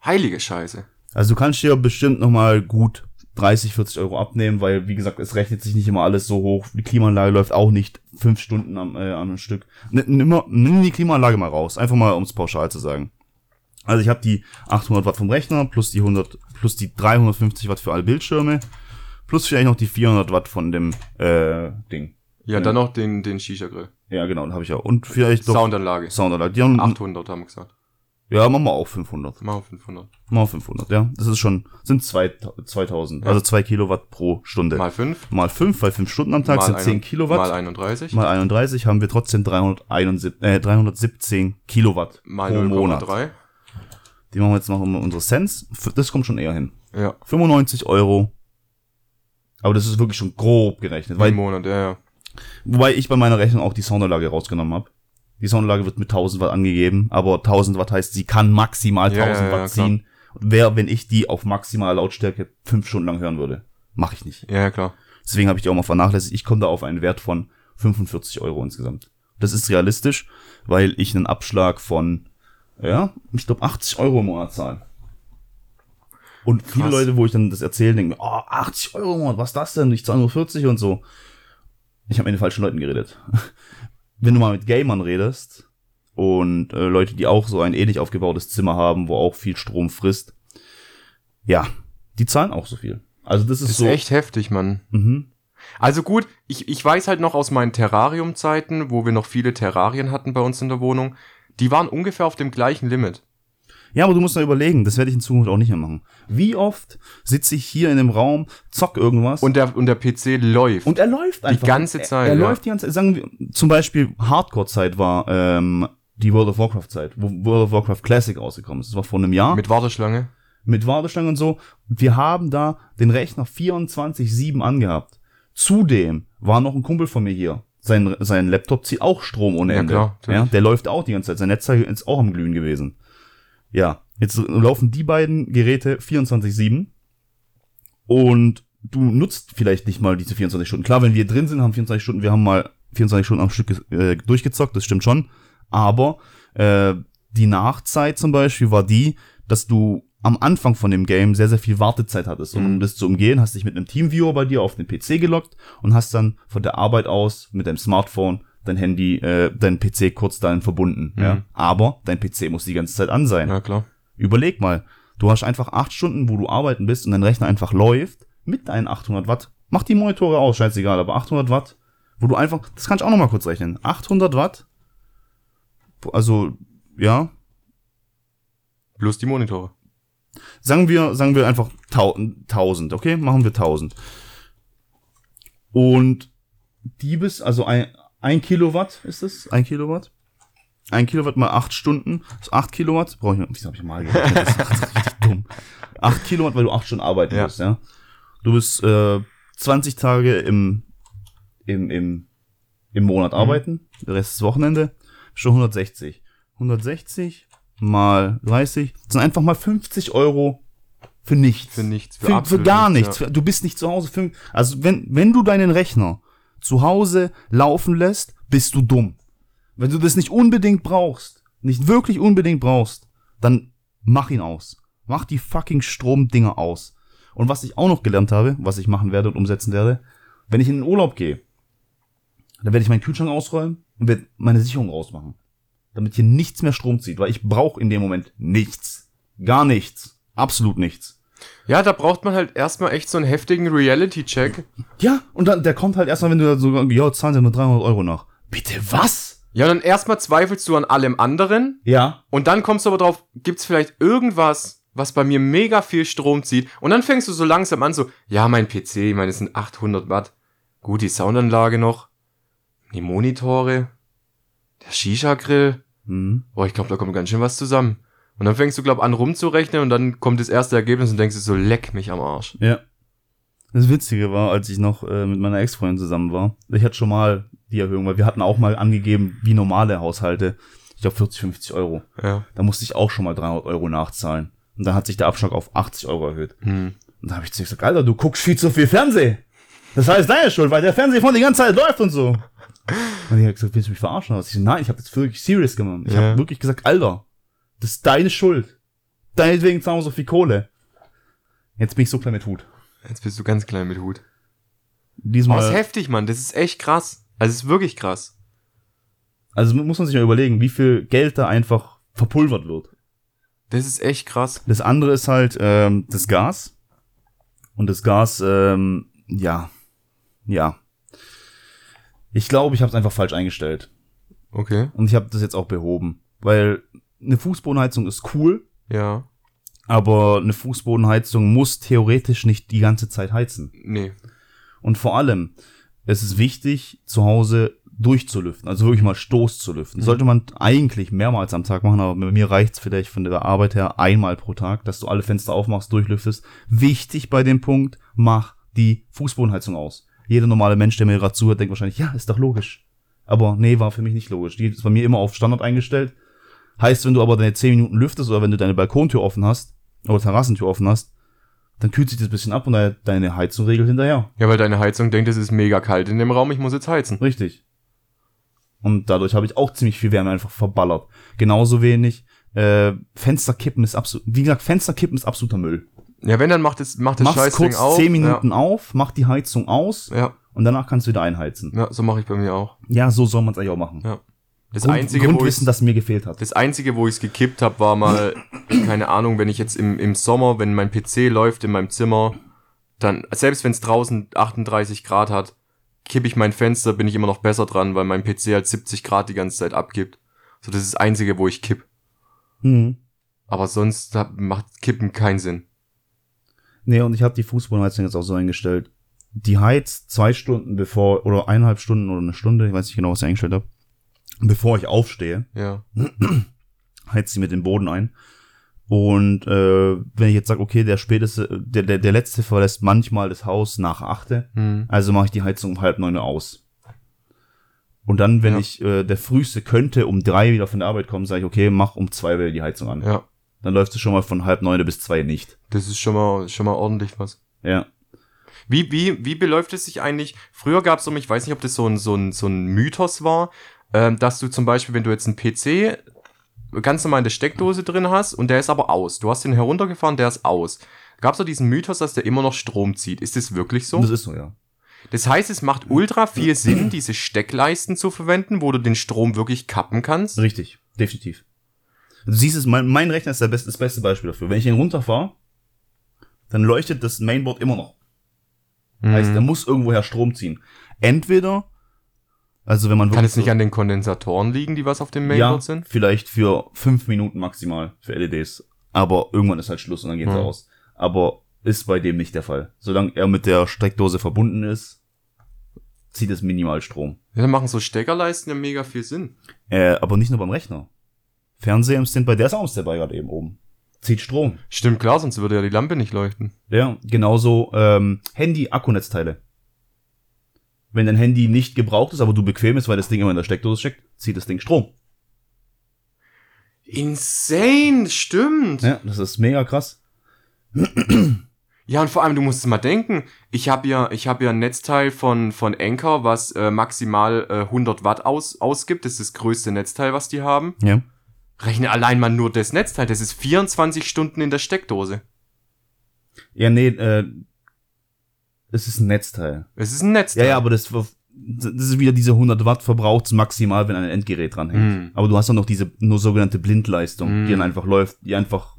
Heilige Scheiße.
Also du kannst dir bestimmt nochmal gut 30, 40 Euro abnehmen, weil, wie gesagt, es rechnet sich nicht immer alles so hoch. Die Klimaanlage läuft auch nicht fünf Stunden am, äh, am Stück. N- Nimm, mal- nimm die Klimaanlage mal raus, einfach mal, um es pauschal zu sagen. Also ich habe die 800 Watt vom Rechner plus die 100 plus die 350 Watt für alle Bildschirme plus vielleicht noch die 400 Watt von dem äh, Ding.
Ja, dann noch den, den Shisha-Grill.
Ja genau, habe ich ja und vielleicht noch
Soundanlage.
Soundanlage. Die haben,
800 haben wir gesagt.
ja, machen wir auch 500.
Machen wir 500.
Mal 500, ja. Das ist schon, sind zwei- 2000,
Ja.
also 2 Kilowatt pro Stunde.
Mal 5.
Mal 5, weil 5 Stunden am Tag sind 10 Kilowatt.
Mal
Mal,
31.
31 haben wir trotzdem 371, äh, 317 Kilowatt
Mal
pro Monat.
0,3.
Die machen wir jetzt noch um unsere Cents. F- Das kommt schon eher hin.
Ja.
95 Euro. Aber das ist wirklich schon grob gerechnet.
Im
Weil,
Monat, ja, ja.
wobei ich bei meiner Rechnung auch die Soundanlage rausgenommen habe. Die Soundanlage wird mit 1000 Watt angegeben, aber 1000 Watt heißt, sie kann maximal
Ja,
1000
ja, ja,
Watt ziehen. Wäre, wenn ich die auf maximaler Lautstärke 5 Stunden lang hören würde. Mache ich nicht.
Ja, ja, klar.
Deswegen habe ich die auch mal vernachlässigt. Ich komme da auf einen Wert von 45 Euro insgesamt. Das ist realistisch, weil ich einen Abschlag von, ja, ich glaube 80 Euro im Monat zahle. Und viele
Krass.
Leute, wo ich dann das erzähle, denken, mir, oh, 80 Euro im Monat, was ist das denn? Ich zahle nur 40 und so. Ich habe mit den falschen Leuten geredet. <laughs> Wenn du mal mit Gamern redest und äh, Leute, die auch so ein ähnlich aufgebautes Zimmer haben, wo auch viel Strom frisst, ja, die zahlen auch so viel. Also das ist,
Das ist
so.
echt heftig, Mann.
Mhm.
Also gut, ich, ich weiß halt noch aus meinen Terrarium-Zeiten, wo wir noch viele Terrarien hatten bei uns in der Wohnung, die waren ungefähr auf dem gleichen Limit.
Ja, aber du musst mal überlegen, das werde ich in Zukunft auch nicht mehr machen. Wie oft sitze ich hier in dem Raum, zock irgendwas
Und der, und der PC läuft.
und er läuft einfach.
ganze Zeit,
Er, er
ja.
läuft die ganze Zeit. Sagen wir, zum Beispiel Hardcore-Zeit war ähm, die World of Warcraft-Zeit, wo World of Warcraft Classic rausgekommen ist. Das war vor einem Jahr. Mit,
mit Warteschlange.
mit Warteschlangen und so. Wir haben da den Rechner 24-7 angehabt. Zudem war noch ein Kumpel von mir hier. Sein, sein Laptop zieht auch Strom ohne
Ja,
Ende.
klar, natürlich.
ja, der läuft auch die ganze Zeit. Sein Netzteil ist auch am Glühen gewesen. Ja, jetzt laufen die beiden Geräte 24-7 und du nutzt vielleicht nicht mal diese 24 Stunden. Klar, wenn wir drin sind, haben 24 Stunden, wir haben mal 24 Stunden am Stück ge- äh, durchgezockt, das stimmt schon. Aber äh, die Nachzeit zum Beispiel war die, dass du am Anfang von dem Game sehr, sehr viel Wartezeit hattest. Und um
Mhm.
das zu umgehen, hast dich mit einem Teamviewer bei dir auf den PC gelockt und hast dann von der Arbeit aus mit deinem Smartphone dein Handy, äh, dein PC kurz dahin verbunden.
Mhm.
Ja? Aber dein PC muss die ganze Zeit an sein.
Ja, klar.
Überleg mal, du hast einfach acht Stunden, wo du arbeiten bist und dein Rechner einfach läuft mit deinen 800 Watt. Mach die Monitore aus, scheißegal, aber 800 Watt, wo du einfach, das kann ich auch nochmal kurz rechnen. 800 Watt, also, ja,
Plus die Monitore.
sagen wir, sagen wir einfach 1000, okay? Machen wir 1000. Und die bis, also ein, ein Kilowatt ist es? Ein Kilowatt? Ein Kilowatt mal acht Stunden, ist acht Kilowatt. Brauche ich noch, wieso habe ich mal <laughs> gerechnet? Das ist richtig dumm. Acht Kilowatt, weil du acht Stunden arbeiten
Ja.
musst, ja? Du bist äh, 20 Tage im, im, im, im Monat
Mhm.
arbeiten, der Rest ist Wochenende, schon 160. 160 mal 30 das sind einfach mal 50 Euro für nichts.
Für nichts, für
Für, für,
absolut
gar
nichts,
nichts. Du bist nicht zu Hause. Für, also wenn, wenn du deinen Rechner zu Hause laufen lässt, bist du dumm. Wenn du das nicht unbedingt brauchst, nicht wirklich unbedingt brauchst, dann mach ihn aus. Mach die fucking Stromdinger aus. Und was ich auch noch gelernt habe, was ich machen werde und umsetzen werde, wenn ich in den Urlaub gehe, dann werde ich meinen Kühlschrank ausräumen und werde meine Sicherung rausmachen. Damit hier nichts mehr Strom zieht, weil ich brauche in dem Moment nichts. Gar nichts. Absolut nichts.
Ja, da braucht man halt erstmal echt so einen heftigen Reality-Check.
Ja, und dann, der kommt halt erstmal, wenn du da sogar, ja, zahlen sie mal 300 Euro nach. Bitte was?
Ja, dann erstmal zweifelst du an allem anderen.
Ja.
Und dann kommst du aber drauf, gibt's vielleicht irgendwas, was bei mir mega viel Strom zieht? Und dann fängst du so langsam an, so, ja, mein PC, ich meine, es sind 800 Watt. Gut, die Soundanlage noch. Die Monitore. Der Shisha-Grill.
Hm.
Boah, ich glaube, da kommt ganz schön was zusammen. Und dann fängst du, glaub, an rumzurechnen und dann kommt das erste Ergebnis und denkst du so, leck mich am Arsch.
Ja. Das Witzige war, als ich noch äh, mit meiner Ex-Freundin zusammen war, ich hatte schon mal die Erhöhung, weil wir hatten auch mal angegeben, wie normale Haushalte, ich glaube 40, 50 Euro.
Ja.
Da musste ich auch schon mal 300 Euro nachzahlen. Und dann hat sich der Abschlag auf 80 Euro erhöht.
Hm.
Und da habe ich zu ihr gesagt, Alter, du guckst viel zu viel Fernsehen. Das heißt deine Schuld, weil der Fernseher von die ganze Zeit läuft und so. Und ich habe gesagt, willst du mich verarschen? Und ich so, nein, ich habe das wirklich serious gemacht. Ich hab
Ja.
habe wirklich gesagt, Alter, das ist deine Schuld. Deinetwegen zahlen wir so viel Kohle. Jetzt bin ich so klein mit Hut.
Jetzt bist du ganz klein mit Hut. Boah, ist
Diesmal,
heftig, Mann. Das ist echt krass. Also, es ist wirklich krass.
also muss man sich mal überlegen, wie viel Geld da einfach verpulvert wird.
Das ist echt krass.
Das andere ist halt ähm, das Gas. Und das Gas, ähm, ja, ja. Ich glaube, ich habe es einfach falsch eingestellt.
Okay.
Und ich habe das jetzt auch behoben. Weil eine Fußbodenheizung ist cool,
Ja.
aber eine Fußbodenheizung muss theoretisch nicht die ganze Zeit heizen.
Nee.
Und vor allem, es ist wichtig, zu Hause durchzulüften, also wirklich mal Stoß zu lüften. Sollte man eigentlich mehrmals am Tag machen, aber bei mir reicht's vielleicht von der Arbeit her einmal pro Tag, dass du alle Fenster aufmachst, durchlüftest. Wichtig bei dem Punkt, mach die Fußbodenheizung aus. Jeder normale Mensch, der mir gerade zuhört, denkt wahrscheinlich, ja, ist doch logisch. Aber nee, war für mich nicht logisch. Die ist bei mir immer auf Standard eingestellt. Heißt, wenn du aber deine 10 Minuten lüftest oder wenn du deine Balkontür offen hast oder Terrassentür offen hast, dann kühlt sich das bisschen ab und deine- deine Heizung regelt hinterher.
Ja, weil deine Heizung denkt, es ist mega kalt in dem Raum, ich muss jetzt heizen.
Richtig. Und dadurch habe ich auch ziemlich viel Wärme einfach verballert. Genauso wenig. Äh, Fensterkippen ist absolut, wie gesagt, Fensterkippen ist absolter Müll.
Ja, wenn, dann macht das, macht das
Mach's
Scheißding
kurz
auf.
10 Minuten auf, mach die Heizung aus
Ja, ja,
und danach kannst du wieder einheizen.
ja so mache ich bei mir auch.
Ja, so soll man es eigentlich auch machen.
Ja. Das
Grund,
einzige, wo
Grundwissen,
ich,
das mir gefehlt hat.
das einzige, wo ich es gekippt habe, war mal, <clears throat> keine Ahnung, wenn ich jetzt im, im Sommer, wenn mein PC läuft in meinem Zimmer, dann, selbst wenn es draußen 38 Grad hat, kippe ich mein Fenster, bin ich immer noch besser dran, weil mein PC halt 70 Grad die ganze Zeit abgibt. So, das ist das einzige, wo ich kipp.
Hm.
Aber sonst hab- macht Kippen keinen Sinn.
Nee, und ich habe die Fußbodenheizung jetzt auch so eingestellt. Die heizt zwei Stunden bevor, oder eineinhalb Stunden oder eine Stunde, ich weiß nicht genau, was ich eingestellt habe, bevor ich aufstehe.
Ja.
heizt sie mit dem Boden ein. Und äh, wenn ich jetzt sage, okay, der späteste, der, der, der letzte verlässt manchmal das Haus nach achte,
Hm.
also mache ich die Heizung um halb neun Uhr aus. Und dann, wenn
Ja.
ich äh, der früheste könnte um drei wieder von der Arbeit kommen, sage ich, okay, mach um zwei wieder die Heizung an.
Ja,
Dann läufst du schon mal von halb neun bis zwei nicht.
das ist schon mal, schon mal ordentlich was.
Ja.
Wie, wie, wie beläuft es sich eigentlich? Früher gab es um, ich weiß nicht, ob das so ein, so ein, so ein Mythos war, ähm, dass du zum Beispiel, wenn du jetzt einen PC ganz normal in der Steckdose drin hast und der ist aber aus. Du hast den heruntergefahren, der ist aus. Gab es doch diesen Mythos, dass der immer noch Strom zieht. Ist das wirklich so?
Das ist so, ja.
Das heißt, es macht
<clears throat>
ultra viel Sinn, diese Steckleisten zu verwenden, wo du den Strom wirklich kappen kannst.
Richtig, definitiv. Du siehst es, mein, mein Rechner ist der beste, das beste Beispiel dafür. Wenn ich ihn runterfahre, dann leuchtet das Mainboard immer noch. Heißt, er
Mhm.
muss irgendwoher Strom ziehen. Entweder, also wenn man
Kann es nicht
so-
an den Kondensatoren liegen, die was auf dem
ja,
Mainboard sind?
vielleicht für fünf Minuten maximal für LEDs. Aber irgendwann ist halt Schluss und dann geht sie
Mhm.
aus. Aber ist bei dem nicht der Fall. Solange er mit der Steckdose verbunden ist, zieht es minimal Strom.
Ja, dann machen so Steckerleisten ja mega viel Sinn.
Äh, aber nicht nur beim Rechner. Fernseher im Standby, der ist auch im Standby gerade eben oben. Zieht Strom.
Stimmt, klar, sonst würde ja die Lampe nicht leuchten.
Ja, genauso ähm, Handy-Akkunetzteile. Wenn dein Handy nicht gebraucht ist, aber du bequem ist, weil das Ding immer in der Steckdose steckt, zieht das Ding Strom.
Insane, stimmt. Ja.
Ja, das ist mega krass.
und vor allem, du musst mal denken, ich habe ja, ich habe ja ein Netzteil von von Anker, was äh, maximal äh, 100 Watt aus, ausgibt. Das ist das größte Netzteil, was die haben.
Ja.
Rechne allein mal nur das Netzteil. Das ist 24 Stunden in der Steckdose.
Ja, nee, äh, es ist ein Netzteil.
Es ist ein
Ja,
Netzteil.
ja, aber das, ver- das ist wieder diese 100 Watt verbraucht maximal, wenn ein Endgerät dranhängt.
Mhm.
Aber du hast dann noch diese nur sogenannte Blindleistung,
Mhm.
die dann einfach läuft, die einfach,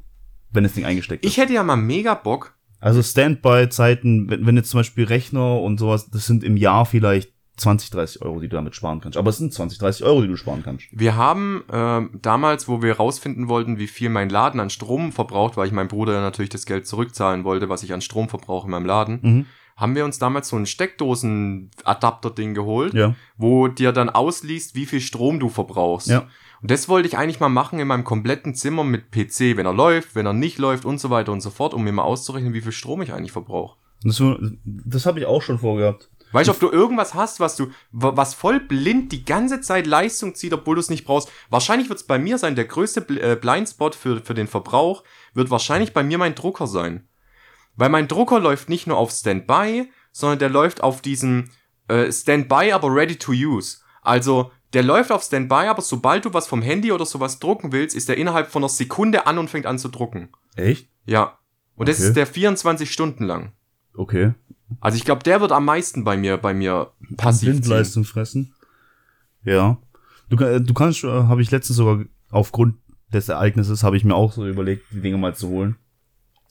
wenn das Ding eingesteckt ist.
Ich hätte ja mal mega Bock.
Also Standby-Zeiten, wenn, wenn jetzt zum Beispiel Rechner und sowas, das sind im Jahr vielleicht 20, 30 Euro, die du damit sparen kannst. Aber es sind 20, 30 Euro, die du sparen kannst.
Wir haben ähm, damals, wo wir rausfinden wollten, wie viel mein Laden an Strom verbraucht, weil ich meinem Bruder ja natürlich das Geld zurückzahlen wollte, was ich an Strom verbrauche in meinem Laden,
Mhm.
haben wir uns damals so ein Steckdosen-Adapter-Ding geholt,
Ja.
wo dir dann ausliest, wie viel Strom du verbrauchst.
Ja.
Und das wollte ich eigentlich mal machen in meinem kompletten Zimmer mit PC, wenn er läuft, wenn er nicht läuft und so weiter und so fort, um mir mal auszurechnen, wie viel Strom ich eigentlich verbrauche.
Das, das habe ich auch schon vorgehabt.
Weißt du, ob du irgendwas hast, was du, wa- was voll blind die ganze Zeit Leistung zieht, obwohl du es nicht brauchst. Wahrscheinlich wird es bei mir sein, der größte Bl äh, Blindspot für, für den Verbrauch wird wahrscheinlich bei mir mein Drucker sein. Weil mein Drucker läuft nicht nur auf Standby, sondern der läuft auf diesem äh, Standby, aber ready to use. Also, der läuft auf Standby, aber sobald du was vom Handy oder sowas drucken willst, ist der innerhalb von einer Sekunde an und fängt an zu drucken.
Echt?
Ja. Und das
Okay.
ist der 24 Stunden lang.
Okay.
Also ich glaube, der wird am meisten bei mir, bei mir passiv ziehen.
Blindleistung fressen. Ja. Du, ka- du kannst, äh, habe ich letztens sogar aufgrund des Ereignisses, habe ich mir auch so überlegt, die Dinge mal zu holen.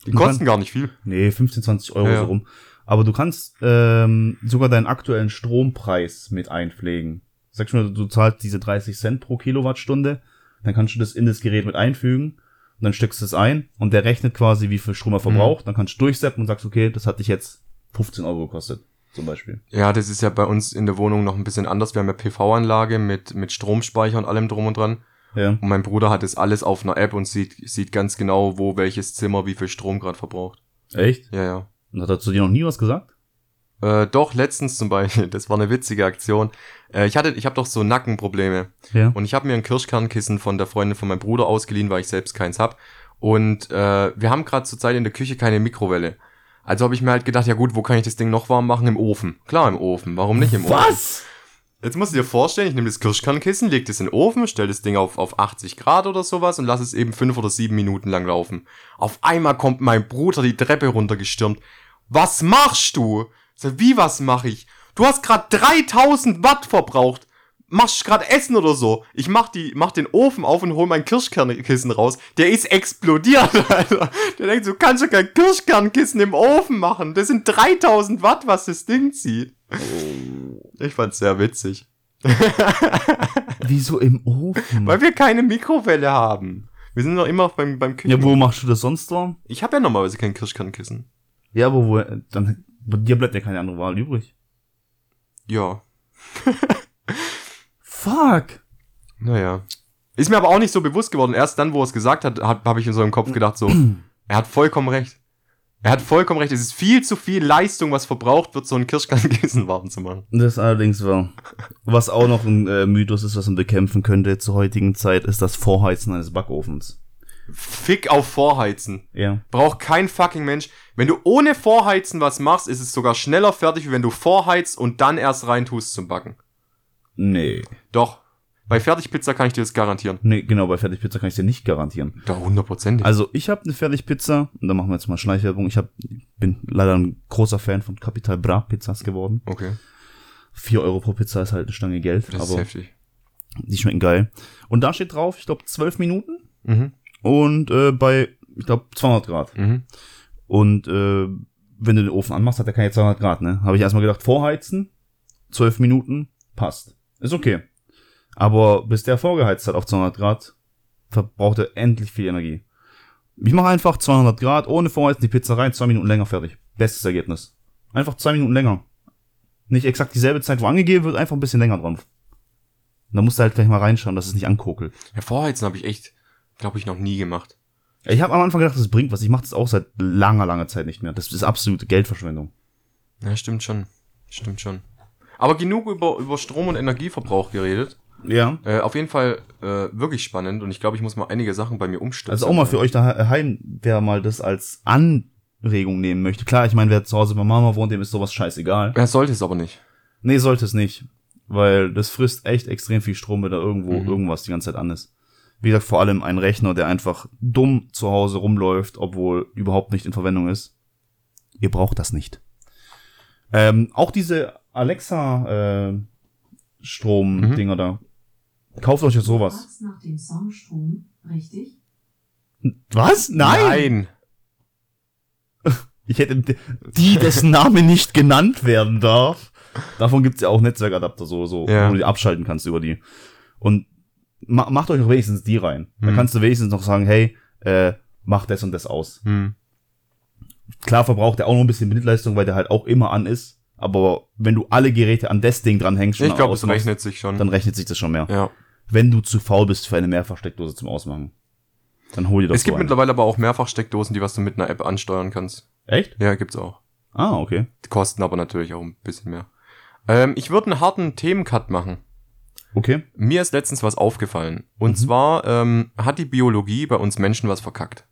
Die
Du
kosten gar nicht viel.
Nee, 15, 20 Euro
Ja, ja.
so rum. Aber du kannst ähm, sogar deinen aktuellen Strompreis mit einpflegen. Sag schon, du zahlst diese 30 Cent pro Kilowattstunde, dann kannst du das in das Gerät mit einfügen und dann steckst du es ein und der rechnet quasi, wie viel Strom
Mhm.
er verbraucht. Dann kannst du durchseppen und sagst, okay, das hat dich jetzt 15 Euro gekostet, zum Beispiel.
Ja, das ist ja bei uns in der Wohnung noch ein bisschen anders. Wir haben ja PV-Anlage mit, mit Stromspeicher und allem drum und dran.
Ja.
Und mein Bruder hat das alles auf einer App und sieht, sieht ganz genau, wo welches Zimmer wie viel Strom gerade verbraucht.
Echt?
Ja, ja.
Und hat er zu dir noch nie was gesagt?
Äh, doch, letztens zum Beispiel, <laughs> das war eine witzige Aktion. Äh, ich hatte, ich habe doch so Nackenprobleme.
Ja.
Und ich habe mir ein Kirschkernkissen von der Freundin von meinem Bruder ausgeliehen, weil ich selbst keins hab. Und äh, wir haben gerade zurzeit in der Küche keine Mikrowelle. Also habe ich mir halt gedacht, ja gut, wo kann ich das Ding noch warm machen? Im Ofen. Klar, im Ofen. Warum nicht im Ofen?
Was?
Jetzt musst du dir vorstellen, ich nehme das Kirschkernkissen, leg das in den Ofen, stell das Ding auf, auf 80 Grad oder sowas und lass es eben fünf oder sieben Minuten lang laufen. Auf einmal kommt mein Bruder die Treppe runtergestürmt. Was machst du? Ich Sag, wie was mache ich? Du hast gerade 3000 Watt verbraucht. Machst gerade Essen oder so. Ich mach die, mach den Ofen auf und hol mein Kirschkernkissen raus. Der ist explodiert, <laughs> Alter. Der denkt, so, kannst du kein Kirschkernkissen im Ofen machen. Das sind 3000 Watt, was das Ding zieht. Ich fand's sehr witzig.
Wieso im Ofen?
Weil wir keine Mikrowelle haben. Wir sind noch immer beim, beim Küchen.
ja, wo machst du das sonst warm?
Ich habe ja normalerweise kein Kirschkernkissen.
Ja, aber wo, dann, bei dir bleibt ja keine andere Wahl übrig.
Ja,
Fuck.
naja. Ist mir
<clears throat>
aber auch nicht so bewusst geworden. Erst dann, wo er es gesagt hat, habe hab ich in so einem Kopf gedacht, so, er hat vollkommen recht. Er hat vollkommen recht, es ist viel zu viel Leistung, was verbraucht wird, so einen Kirschkernkissen <laughs> warm zu machen.
Das ist allerdings wahr. Was auch noch ein äh, Mythos ist, was man bekämpfen könnte zur heutigen Zeit, ist das Vorheizen eines Backofens.
Fick auf Vorheizen.
Ja.
Braucht kein fucking Mensch. Wenn du ohne Vorheizen was machst, ist es sogar schneller fertig, wie wenn du vorheizt und dann erst reintust zum Backen.
Nee.
Doch. Bei Fertigpizza kann ich dir das garantieren.
Nee, genau, bei Fertigpizza kann ich dir nicht garantieren.
Da hundertprozentig.
Also, ich habe eine Fertigpizza, und da machen wir jetzt mal Schleichwerbung. Ich hab, bin leider ein großer Fan von Capital Bra Pizzas geworden.
Okay,
4 Euro pro Pizza ist halt eine Stange Geld,
das ist
aber
heftig.
die schmecken geil. Und da steht drauf, ich glaube, 12 Minuten
Mhm.
und äh, bei, ich glaube, 200 Grad.
Mhm.
Und äh, wenn du den Ofen anmachst, hat er keine 200 Grad, ne? Habe ich erstmal gedacht, vorheizen, 12 Minuten, passt. Ist okay. Aber bis der vorgeheizt hat auf 200 Grad, verbraucht er endlich viel Energie. Ich mache einfach 200 Grad, ohne vorheizen, die Pizza rein, zwei Minuten länger, fertig. Bestes Ergebnis. Einfach zwei Minuten länger. Nicht exakt dieselbe Zeit, wo angegeben wird, einfach ein bisschen länger drauf. Und da musst du halt gleich mal reinschauen, dass es nicht ankokelt.
Ja, Vorheizen habe ich echt, glaube ich, noch nie gemacht.
Ich habe am Anfang gedacht, das bringt was. Ich mache das auch seit langer, langer Zeit nicht mehr. Das ist absolute Geldverschwendung.
Ja, stimmt schon. Stimmt schon. Aber genug über, über Strom- und Energieverbrauch geredet.
Ja.
Äh, auf jeden Fall äh, wirklich spannend und ich glaube, ich muss mal einige Sachen bei mir umstellen.
Also auch mal für euch daheim, wer mal das als Anregung nehmen möchte. Klar, ich meine, wer zu Hause bei Mama wohnt, dem ist sowas scheißegal.
Er sollte es aber nicht.
Nee, sollte es nicht. Weil das frisst echt extrem viel Strom, wenn da irgendwo
Mhm.
irgendwas die ganze Zeit an ist. Wie gesagt, vor allem ein Rechner, der einfach dumm zu Hause rumläuft, obwohl überhaupt nicht in Verwendung ist. Ihr braucht das nicht. Ähm, auch diese Alexa-Strom-Dinger
Mhm.
da. Kauft euch jetzt sowas.
Fragst nach dem Song Strom, richtig?
Was?
Nein!
Ich hätte die, dessen Name nicht genannt werden darf. Davon gibt's ja auch Netzwerkadapter, so, so,
Ja.
wo du die abschalten kannst über die. Und ma macht euch doch wenigstens die rein. Dann
Mhm.
kannst du wenigstens noch sagen, hey, äh, mach das und das aus.
Hm.
Klar verbraucht er auch noch ein bisschen Mitleistung, weil der halt auch immer an ist. Aber wenn du alle Geräte an das Ding dranhängst,
Ich glaube, es
ausmachst,
rechnet sich schon.
dann rechnet sich das schon mehr.
ja.
Wenn du zu faul bist für eine Mehrfachsteckdose zum Ausmachen, dann hol dir doch
Es gibt
so eine.
mittlerweile aber auch Mehrfachsteckdosen, die was du mit einer App ansteuern kannst.
Echt?
Ja, gibt's auch.
Ah, okay.
Die kosten aber natürlich auch ein bisschen mehr. Ähm, ich würde einen harten Themencut machen.
Okay.
Mir ist letztens was aufgefallen. Und
Mhm.
zwar ähm, hat die Biologie bei uns Menschen was verkackt.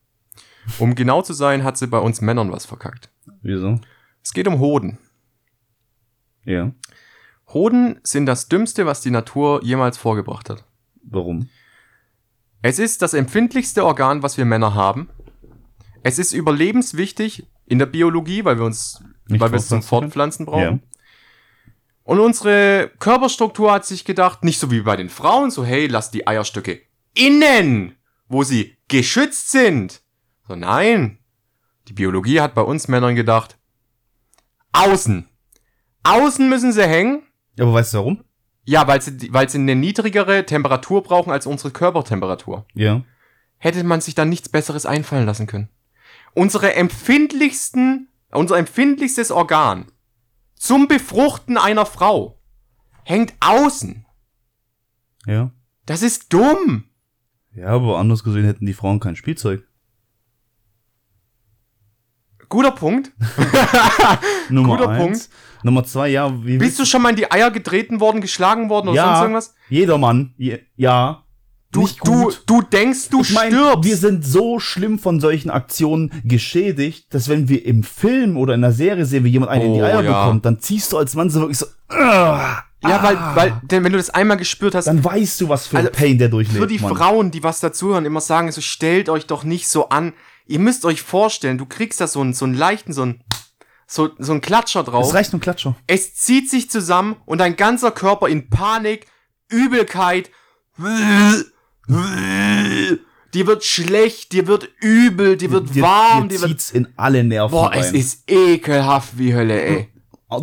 Um genau zu sein, hat sie bei uns Männern was verkackt.
Wieso?
Es geht um Hoden.
Ja.
Hoden sind das Dümmste, was die Natur jemals vorgebracht hat.
Warum?
Es ist das empfindlichste Organ, was wir Männer haben. Es ist überlebenswichtig in der Biologie, weil wir uns,
Nicht
weil wir es zum
fortpflanzen
Fortpflanzen brauchen. Und unsere Körperstruktur hat sich gedacht, nicht so wie bei den Frauen, so hey, lass die Eierstöcke innen, wo sie geschützt sind. So nein, die Biologie hat bei uns Männern gedacht, außen. Außen müssen sie hängen,
Ja, aber weißt du warum?
ja, weil sie, weil sie eine niedrigere Temperatur brauchen als unsere Körpertemperatur.
Ja.
hätte man sich dann nichts Besseres einfallen lassen können. Unsere empfindlichsten, unser empfindlichstes Organ zum Befruchten einer Frau hängt außen.
Ja.
Das ist dumm.
Ja, aber anders gesehen hätten die Frauen kein Spielzeug. <laughs>
Guter Punkt.
Nummer
Guter
eins. Nummer zwei, ja, wie
Bist du schon mal in die Eier getreten worden, geschlagen worden oder
Ja.
sonst irgendwas?
jeder Mann, je, ja.
Du,
nicht
du,
gut.
du denkst, du
ich mein,
stirbst.
wir sind so schlimm von solchen Aktionen geschädigt, dass wenn wir im Film oder in einer Serie sehen, wie jemand einen in die
Oh,
Eier
ja.
bekommt, dann ziehst du als Mann so wirklich so, ah,
ja, weil, weil, denn wenn du das einmal gespürt hast,
dann weißt du, was für ein
Also,
Pain der durchlebt.
Für die
Mann.
Frauen, die was dazuhören, immer sagen, so stellt euch doch nicht so an. Ihr müsst euch vorstellen, du kriegst da so einen, so einen leichten, so einen, so, so einen Klatscher
Es
drauf.
reicht nur Klatscher.
Es zieht sich zusammen und dein ganzer Körper in Panik, Übelkeit. Dir wird schlecht, dir wird übel, dir wird
Dir-
warm,
dir
dir wird.
zieht's in alle Nerven
Boah,
rein.
es ist ekelhaft wie Hölle, ey.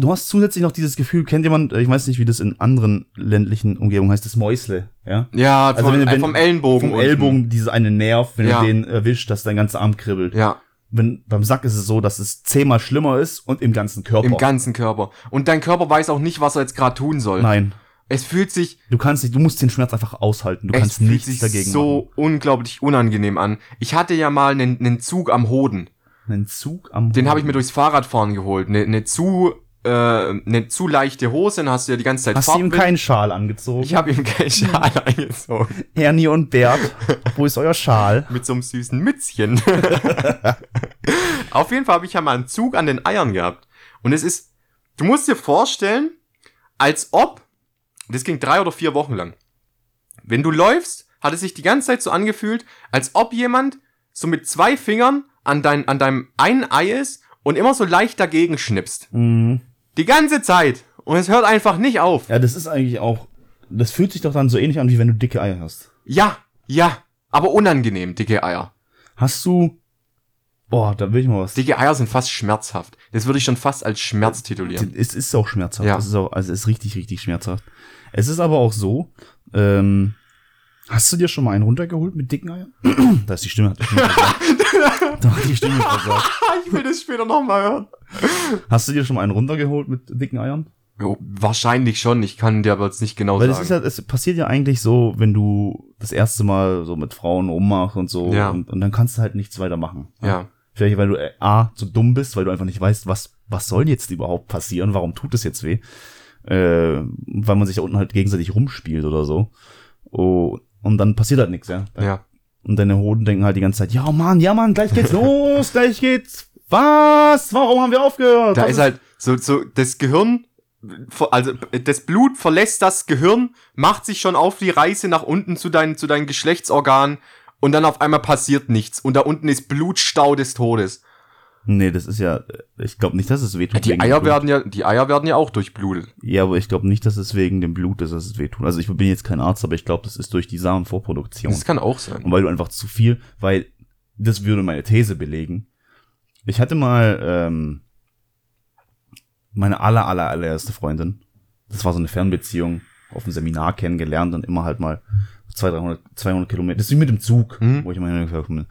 Du hast zusätzlich noch dieses Gefühl, kennt jemand, äh, ich weiß nicht, wie das in anderen ländlichen Umgebungen heißt, das Mäusle, ja?
Ja,
Also
vom,
wenn du-
äh,
wenn-
vom Ellenbogen.
vom
unten.
Ellbogen diese eine Nerv, wenn
Ja.
du den erwischt, dass dein ganzer Arm kribbelt.
Ja.
Wenn, beim Sack ist es so, dass es zehnmal schlimmer ist und im ganzen Körper.
Im ganzen Körper. Und dein Körper weiß auch nicht, was er jetzt gerade tun soll.
Nein,
Es fühlt sich,
du kannst nicht, du musst den Schmerz einfach aushalten. Du
es
kannst
fühlt
nichts
sich
dagegen
so unglaublich unangenehm an. Ich hatte ja mal einen, einen Zug am Hoden.
Einen Zug am
Den habe ich mir
Hoden.
durchs Fahrradfahren geholt. Eine ne zu, äh, ne zu leichte Hose, dann hast du ja die ganze Zeit
Hast du ihm
Fahrtwind.
keinen Hm. Schal angezogen?
Ich habe ihm keinen Schal <laughs> eingezogen.
Ernie und
<laughs>
Bert, wo ist euer Schal?
Mit so einem süßen Mützchen. <laughs> Auf jeden Fall habe ich ja mal einen Zug an den Eiern gehabt. Und es ist, du musst dir vorstellen, als ob, das ging drei oder vier Wochen lang. Wenn du läufst, hat es sich die ganze Zeit so angefühlt, als ob jemand so mit zwei Fingern an, dein, an deinem einen Ei ist und immer so leicht dagegen schnipst.
Mhm.
Die ganze Zeit. Und es hört einfach nicht auf.
Ja, das ist eigentlich auch. Das fühlt sich doch dann so ähnlich an, wie wenn du dicke Eier hast.
Ja, ja. Aber unangenehm, dicke Eier.
Hast du. Boah, da will ich mal was.
Dicke Eier sind fast schmerzhaft. Das würde ich schon fast als Schmerz <laughs> titulieren.
Es ist auch schmerzhaft.
Ja.
Es ist auch, also es ist richtig, richtig schmerzhaft. Es ist aber auch so, ähm, hast du dir schon mal einen runtergeholt mit dicken Eiern? <clears throat> da ist die Stimme. Hat die Stimme
<laughs>
versagt. da hat die Stimme versagt.
Ah, ich will das später nochmal hören.
Hast du dir schon mal einen runtergeholt mit dicken Eiern?
Jo, wahrscheinlich schon. Ich kann dir aber jetzt nicht genau
Weil es
sagen.
ist ja, es passiert ja eigentlich so, wenn du das erste Mal so mit Frauen rummachst und so
Ja.
und, und dann kannst du halt nichts weiter machen.
ja.
Vielleicht, weil du äh, A, so dumm bist, weil du einfach nicht weißt, was, was soll jetzt überhaupt passieren, warum tut es jetzt weh? Äh, weil man sich da unten halt gegenseitig rumspielt oder so. Oh, und dann passiert halt nichts, ja?
ja.
Und deine Hoden denken halt die ganze Zeit, ja Mann, ja Mann, gleich geht's <laughs> los, gleich geht's. Was? Warum haben wir aufgehört?
Da
Was
ist halt so, so das Gehirn, ver- also das Blut verlässt das Gehirn, macht sich schon auf die Reise nach unten zu deinen, zu deinen Geschlechtsorganen und dann auf einmal passiert nichts. Und da unten ist Blutstau des Todes.
Nee, das ist ja, ich glaube nicht, dass es wehtut.
Die
wegen
Eier
dem Blut.
werden ja, die Eier werden ja auch durchblutet.
Ja, aber ich glaube nicht, dass es wegen dem Blut ist, dass es wehtut. Also ich bin jetzt kein Arzt, aber ich glaube, das ist durch die Samenvorproduktion.
Das kann auch sein.
Und weil du einfach zu viel, weil das würde meine These belegen. Ich hatte mal ähm, meine aller, aller, allererste Freundin. Das war so eine Fernbeziehung auf dem Seminar kennengelernt und immer halt mal 200, 300, 200 Kilometer. Das ist wie mit dem Zug,
Mhm.
wo ich immer hingekommen bin.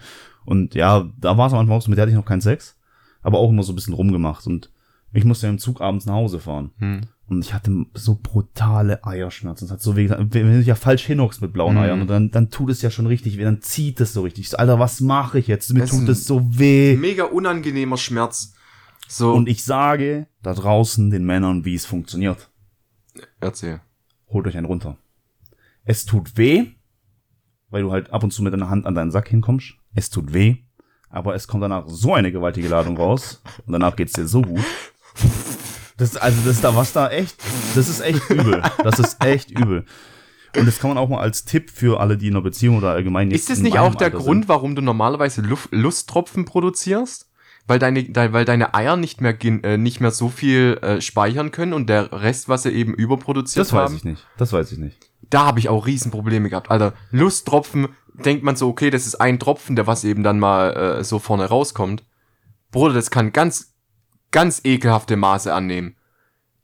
Und ja, da war es am Anfang auch so, mit der hatte ich noch keinen Sex, aber auch immer so ein bisschen rumgemacht. Und ich musste im Zug abends nach Hause fahren.
Hm.
Und ich hatte so brutale Eierschmerzen. Es hat so weh getan. Wenn du ja falsch hinhockst mit blauen
Mhm.
Eiern, und dann, dann tut es ja schon richtig weh. Dann zieht es so richtig. Ich so, Alter, was mache ich jetzt? Mir
Das ist
tut
ein-
es so weh.
Mega unangenehmer Schmerz. So.
Und ich sage da draußen den Männern, wie es funktioniert.
Erzähl.
Holt euch einen runter. Es tut weh, weil du halt ab und zu mit deiner Hand an deinen Sack hinkommst. Es tut weh, aber es kommt danach so eine gewaltige Ladung raus. Und danach geht's dir so gut. Das, also das da was da echt, das ist echt übel. Das ist echt übel. Und das kann man auch mal als Tipp für alle, die in einer Beziehung oder allgemein
Ist das
in
nicht
meinem
auch der
Alter sind.
Grund, warum du normalerweise Luf- Lusttropfen produzierst? Weil deine, de, weil deine Eier nicht mehr, gen- äh, nicht mehr so viel äh, speichern können und der Rest, was sie eben überproduziert
Das weiß
haben,
ich nicht. Das weiß ich nicht.
da habe ich auch Riesenprobleme gehabt. Alter, Lusttropfen, denkt man so, okay, das ist ein Tropfen, der was eben dann mal äh, so vorne rauskommt. Bruder, das kann ganz, ganz ekelhafte Maße annehmen.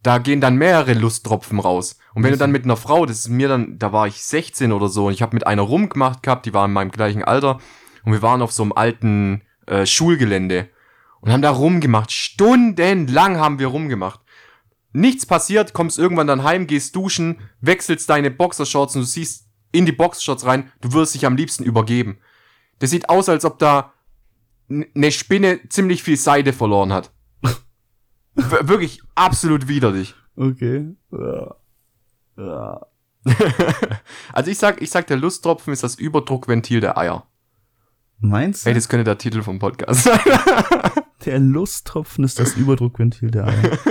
Da gehen dann mehrere Lusttropfen raus. Und wenn du dann mit einer Frau, das ist mir dann, da war ich 16 oder so, und ich habe mit einer rumgemacht gehabt, die war in meinem gleichen Alter, und wir waren auf so einem alten äh, Schulgelände und haben da rumgemacht. Stundenlang haben wir rumgemacht. Nichts passiert, kommst irgendwann dann heim, gehst duschen, wechselst deine Boxershorts und du siehst in die Boxershorts rein, du würdest dich am liebsten übergeben. Das sieht aus, als ob da eine Spinne ziemlich viel Seide verloren hat. W- Wirklich absolut widerlich.
Okay. Ja. Ja.
Also ich sag, ich sag, der Lusttropfen ist das Überdruckventil der Eier.
Meinst du,
Ey, das könnte der Titel vom Podcast sein.
der Lusttropfen ist das Überdruckventil der Eier? <laughs>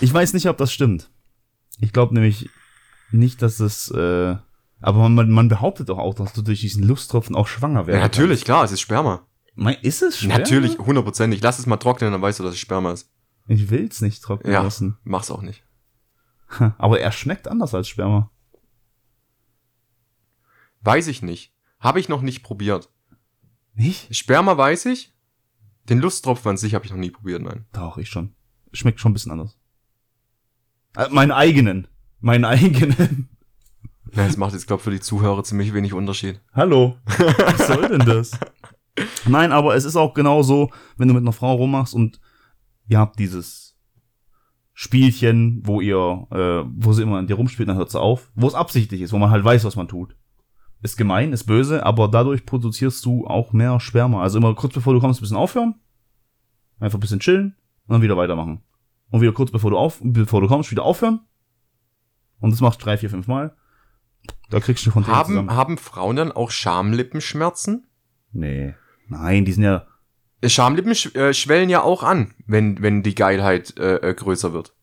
Ich weiß nicht, ob das stimmt. Ich glaube nämlich nicht, dass es. Äh, aber man, man behauptet doch auch, dass du durch diesen Lusttropfen auch schwanger
Ja,
werden
natürlich, klar, es ist Sperma.
kannst. Mein, ist es schwer?
Natürlich, hundertprozentig. Lass es mal trocknen, dann weißt du, dass es Sperma ist.
Ich will's nicht trocknen
Ja,
lassen.
mach's auch nicht.
Ha, Aber er schmeckt anders als Sperma.
Weiß ich nicht. Habe ich noch nicht probiert.
Nicht?
Sperma weiß ich. Den Lusttropfen an sich habe ich noch nie probiert, nein.
Doch, ich schon. Schmeckt schon ein bisschen anders. Äh, meinen eigenen. Meinen eigenen.
Nein, das macht jetzt, glaube ich, für die Zuhörer ziemlich wenig Unterschied.
Hallo. Was soll denn das? Nein, aber es ist auch genau so, wenn du mit einer Frau rummachst und ihr habt dieses Spielchen, wo ihr, äh, wo sie immer an dir rumspielt, dann hört sie auf, wo es absichtlich ist, wo man halt weiß, was man tut. Ist gemein, ist böse, aber dadurch produzierst du auch mehr Sperma. Also immer kurz bevor du kommst, ein bisschen aufhören, Einfach ein bisschen chillen und dann wieder weitermachen. Und wieder kurz bevor du auf, bevor du kommst, wieder aufhören. Und das machst du drei, vier, fünf Mal. Da kriegst du von
Haben, haben Frauen dann auch Schamlippenschmerzen?
Nee. Nein, die sind ja.
Äh, Schamlippen sch äh, schwellen ja auch an, wenn, wenn die Geilheit äh, äh, größer wird.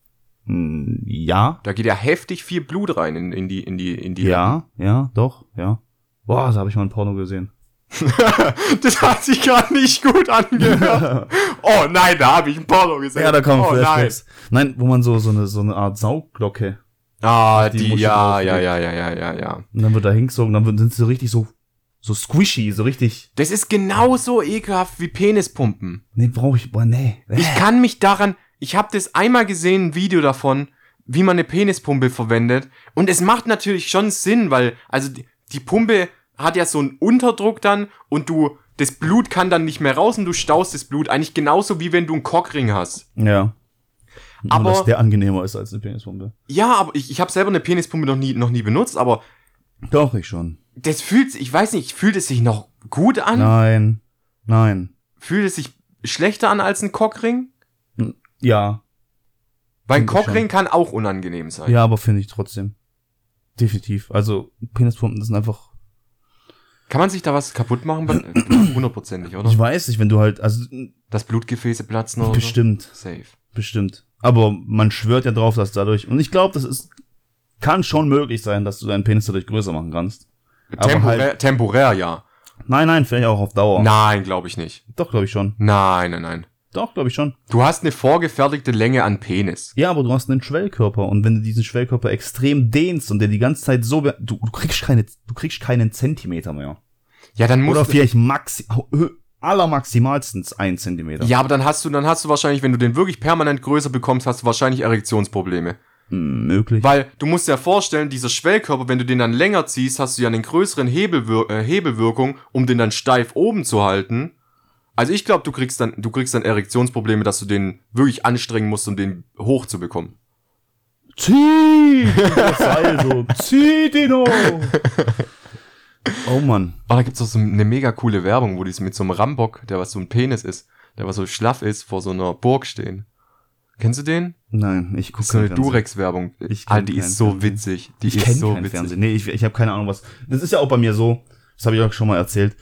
Mh, hm, ja.
Da geht ja heftig viel Blut rein in, in die, in die, in die.
Ja, ja, doch, ja. Boah, da habe ich mal ein Porno gesehen. <laughs>
<laughs> Das hat sich gar nicht
<laughs>
gut angehört. oh nein, da habe ich ein Porno gesehen.
Ja, da kommen
oh,
Flashbacks. Nein. wo man so, so, eine, so eine Art Saugglocke.
Nein. Ah, die,
Die Muschel
ja, ja,
draufgelegt.
ja, ja, ja, ja, ja.
Und dann wird da hingezogen, dann wird- sind sie richtig so, so squishy, so richtig.
Das ist genauso ekelhaft wie Penispumpen.
Nee, brauche ich, boah, nee.
Ich kann mich daran, ich habe das einmal gesehen, ein Video davon, wie man eine Penispumpe verwendet. Und es macht natürlich schon Sinn, weil, also die, die Pumpe hat ja so einen Unterdruck dann und du, das Blut kann dann nicht mehr raus und du staust das Blut. Eigentlich genauso wie wenn du einen Cockring hast.
Ja. Nur,
Aber-
dass der angenehmer ist als eine Penispumpe.
Ja, aber ich, ich habe selber eine Penispumpe noch nie, noch nie benutzt, aber
Doch, ich schon.
das fühlt, ich weiß nicht, fühlt es sich noch gut an?
Nein. Nein.
Fühlt es sich schlechter an als ein Cockring?
Ja.
Weil ein
Finde ich
Cockring kann auch unangenehm sein.
Ja, aber finde ich trotzdem. Definitiv. Also, Penispumpen das sind einfach
Kann man sich da was
<clears throat>
kaputt machen? Bei- Hundertprozentig, oder?
Ich weiß nicht, wenn du halt, also
Dass Blutgefäße platzen oder
bestimmt,
so? Safe.
bestimmt. Aber man schwört ja drauf, dass dadurch, und ich glaube, das ist, kann schon möglich sein, dass du deinen Penis dadurch größer machen kannst. Aber
Temporär,
halt-
temporär ja.
Nein, nein, vielleicht auch auf Dauer.
Nein, glaube ich nicht.
Doch, glaube ich schon.
Nein, nein, nein.
Doch, glaube ich schon.
Du hast eine vorgefertigte Länge an Penis.
Ja, aber du hast einen Schwellkörper und wenn du diesen Schwellkörper extrem dehnst und der die ganze Zeit so, be- du, du kriegst keine, du kriegst keinen Zentimeter mehr.
Ja, dann
Oder
musst du,
vielleicht maxi, allermaximalstens ein Zentimeter.
Ja, aber dann hast du, dann hast du wahrscheinlich, wenn du den wirklich permanent größer bekommst, hast du wahrscheinlich Erektionsprobleme.
Hm, möglich.
Weil du musst dir vorstellen, dieser Schwellkörper, wenn du den dann länger ziehst, hast du ja einen größeren Hebelwir äh, Hebelwirkung, um den dann steif oben zu halten. Also ich glaube, du kriegst dann du kriegst dann Erektionsprobleme, dass du den wirklich anstrengen musst, um den hochzubekommen.
Zieh! Das Seil so. Zieh den hoch! Oh Mann.
Oh, da gibt's doch so eine mega coole Werbung, wo die mit so einem Rambock, der was so ein Penis ist, der was so schlaff ist, vor so einer Burg stehen. Kennst du den?
Nein, ich halt gucke
Das ist so eine Durex-Werbung.
Ich kenn
Alter, die
keinen
ist so
Fernsehen.
witzig. Die
Ich
ist
kenne
so
keinen
witzig.
Fernsehen. Nee, ich, ich habe keine Ahnung, was. Das ist ja auch bei mir so. Das habe ich auch schon mal erzählt.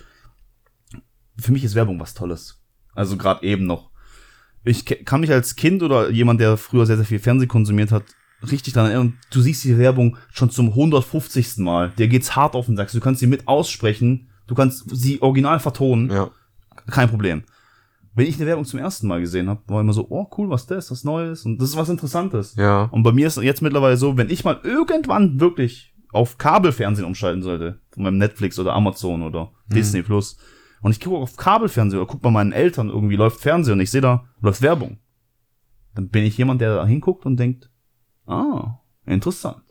Für mich ist Werbung was Tolles. Also gerade eben noch. Ich ke- kann mich als Kind oder jemand, der früher sehr, sehr viel Fernsehen konsumiert hat, richtig daran erinnern. Du siehst die Werbung schon zum 150. Mal. Dir geht's hart auf den Sack. Du kannst sie mit aussprechen. Du kannst sie original vertonen.
Ja.
kein Problem. Wenn ich eine Werbung zum ersten Mal gesehen habe, war immer so, oh cool, was das, was Neues und das ist was Interessantes.
Ja.
Und bei mir ist jetzt mittlerweile so, wenn ich mal irgendwann wirklich auf Kabelfernsehen umschalten sollte, von meinem Netflix oder Amazon oder Disney Plus, und ich gucke auf Kabelfernsehen oder gucke bei meinen Eltern irgendwie läuft Fernsehen und ich sehe da läuft Werbung, dann bin ich jemand, der da hinguckt und denkt, ah, interessant.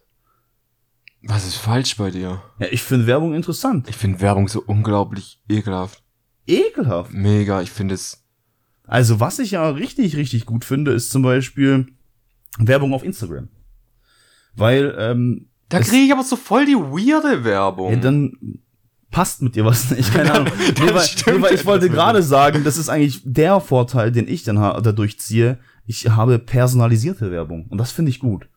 Was ist falsch bei dir?
Ja, ich finde Werbung interessant.
Ich finde Werbung so unglaublich ekelhaft.
Ekelhaft.
Mega, ich finde es.
Also was ich ja richtig, richtig gut finde, ist zum Beispiel Werbung auf Instagram. Weil, ähm,
Da
Es-
kriege ich aber so voll die weirde Werbung.
ja, dann passt mit dir was nicht, keine
<laughs>
Ahnung. nee, weil,
stimmt
nee, weil ich
etwas
wollte
mit
gerade sagen, das ist eigentlich der Vorteil, den ich dann ha- dadurch ziehe. Ich habe personalisierte Werbung und das finde ich gut.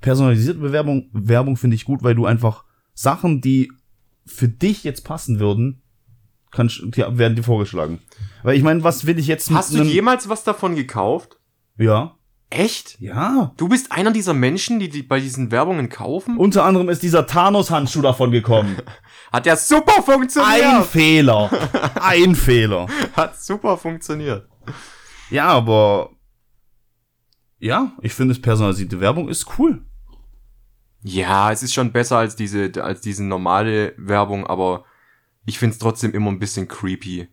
Personalisierte Werbung, Werbung finde ich gut, weil du einfach Sachen, die für dich jetzt passen würden, kannst, ja, werden dir vorgeschlagen. Weil ich meine, was will ich jetzt
Hast du
einem-
jemals was davon gekauft?
Ja.
Echt?
Ja.
Du bist einer dieser Menschen, die, die bei diesen Werbungen kaufen?
Unter anderem ist dieser Thanos-Handschuh davon
<laughs>
gekommen.
Hat ja super
Ein
funktioniert.
Fehler. Ein Fehler.
Hat super funktioniert.
Ja, aber. Ja, ich finde, es personalisierte Werbung ist cool.
Ja, es ist schon besser als diese, als diese normale Werbung, aber ich find's trotzdem immer ein bisschen creepy.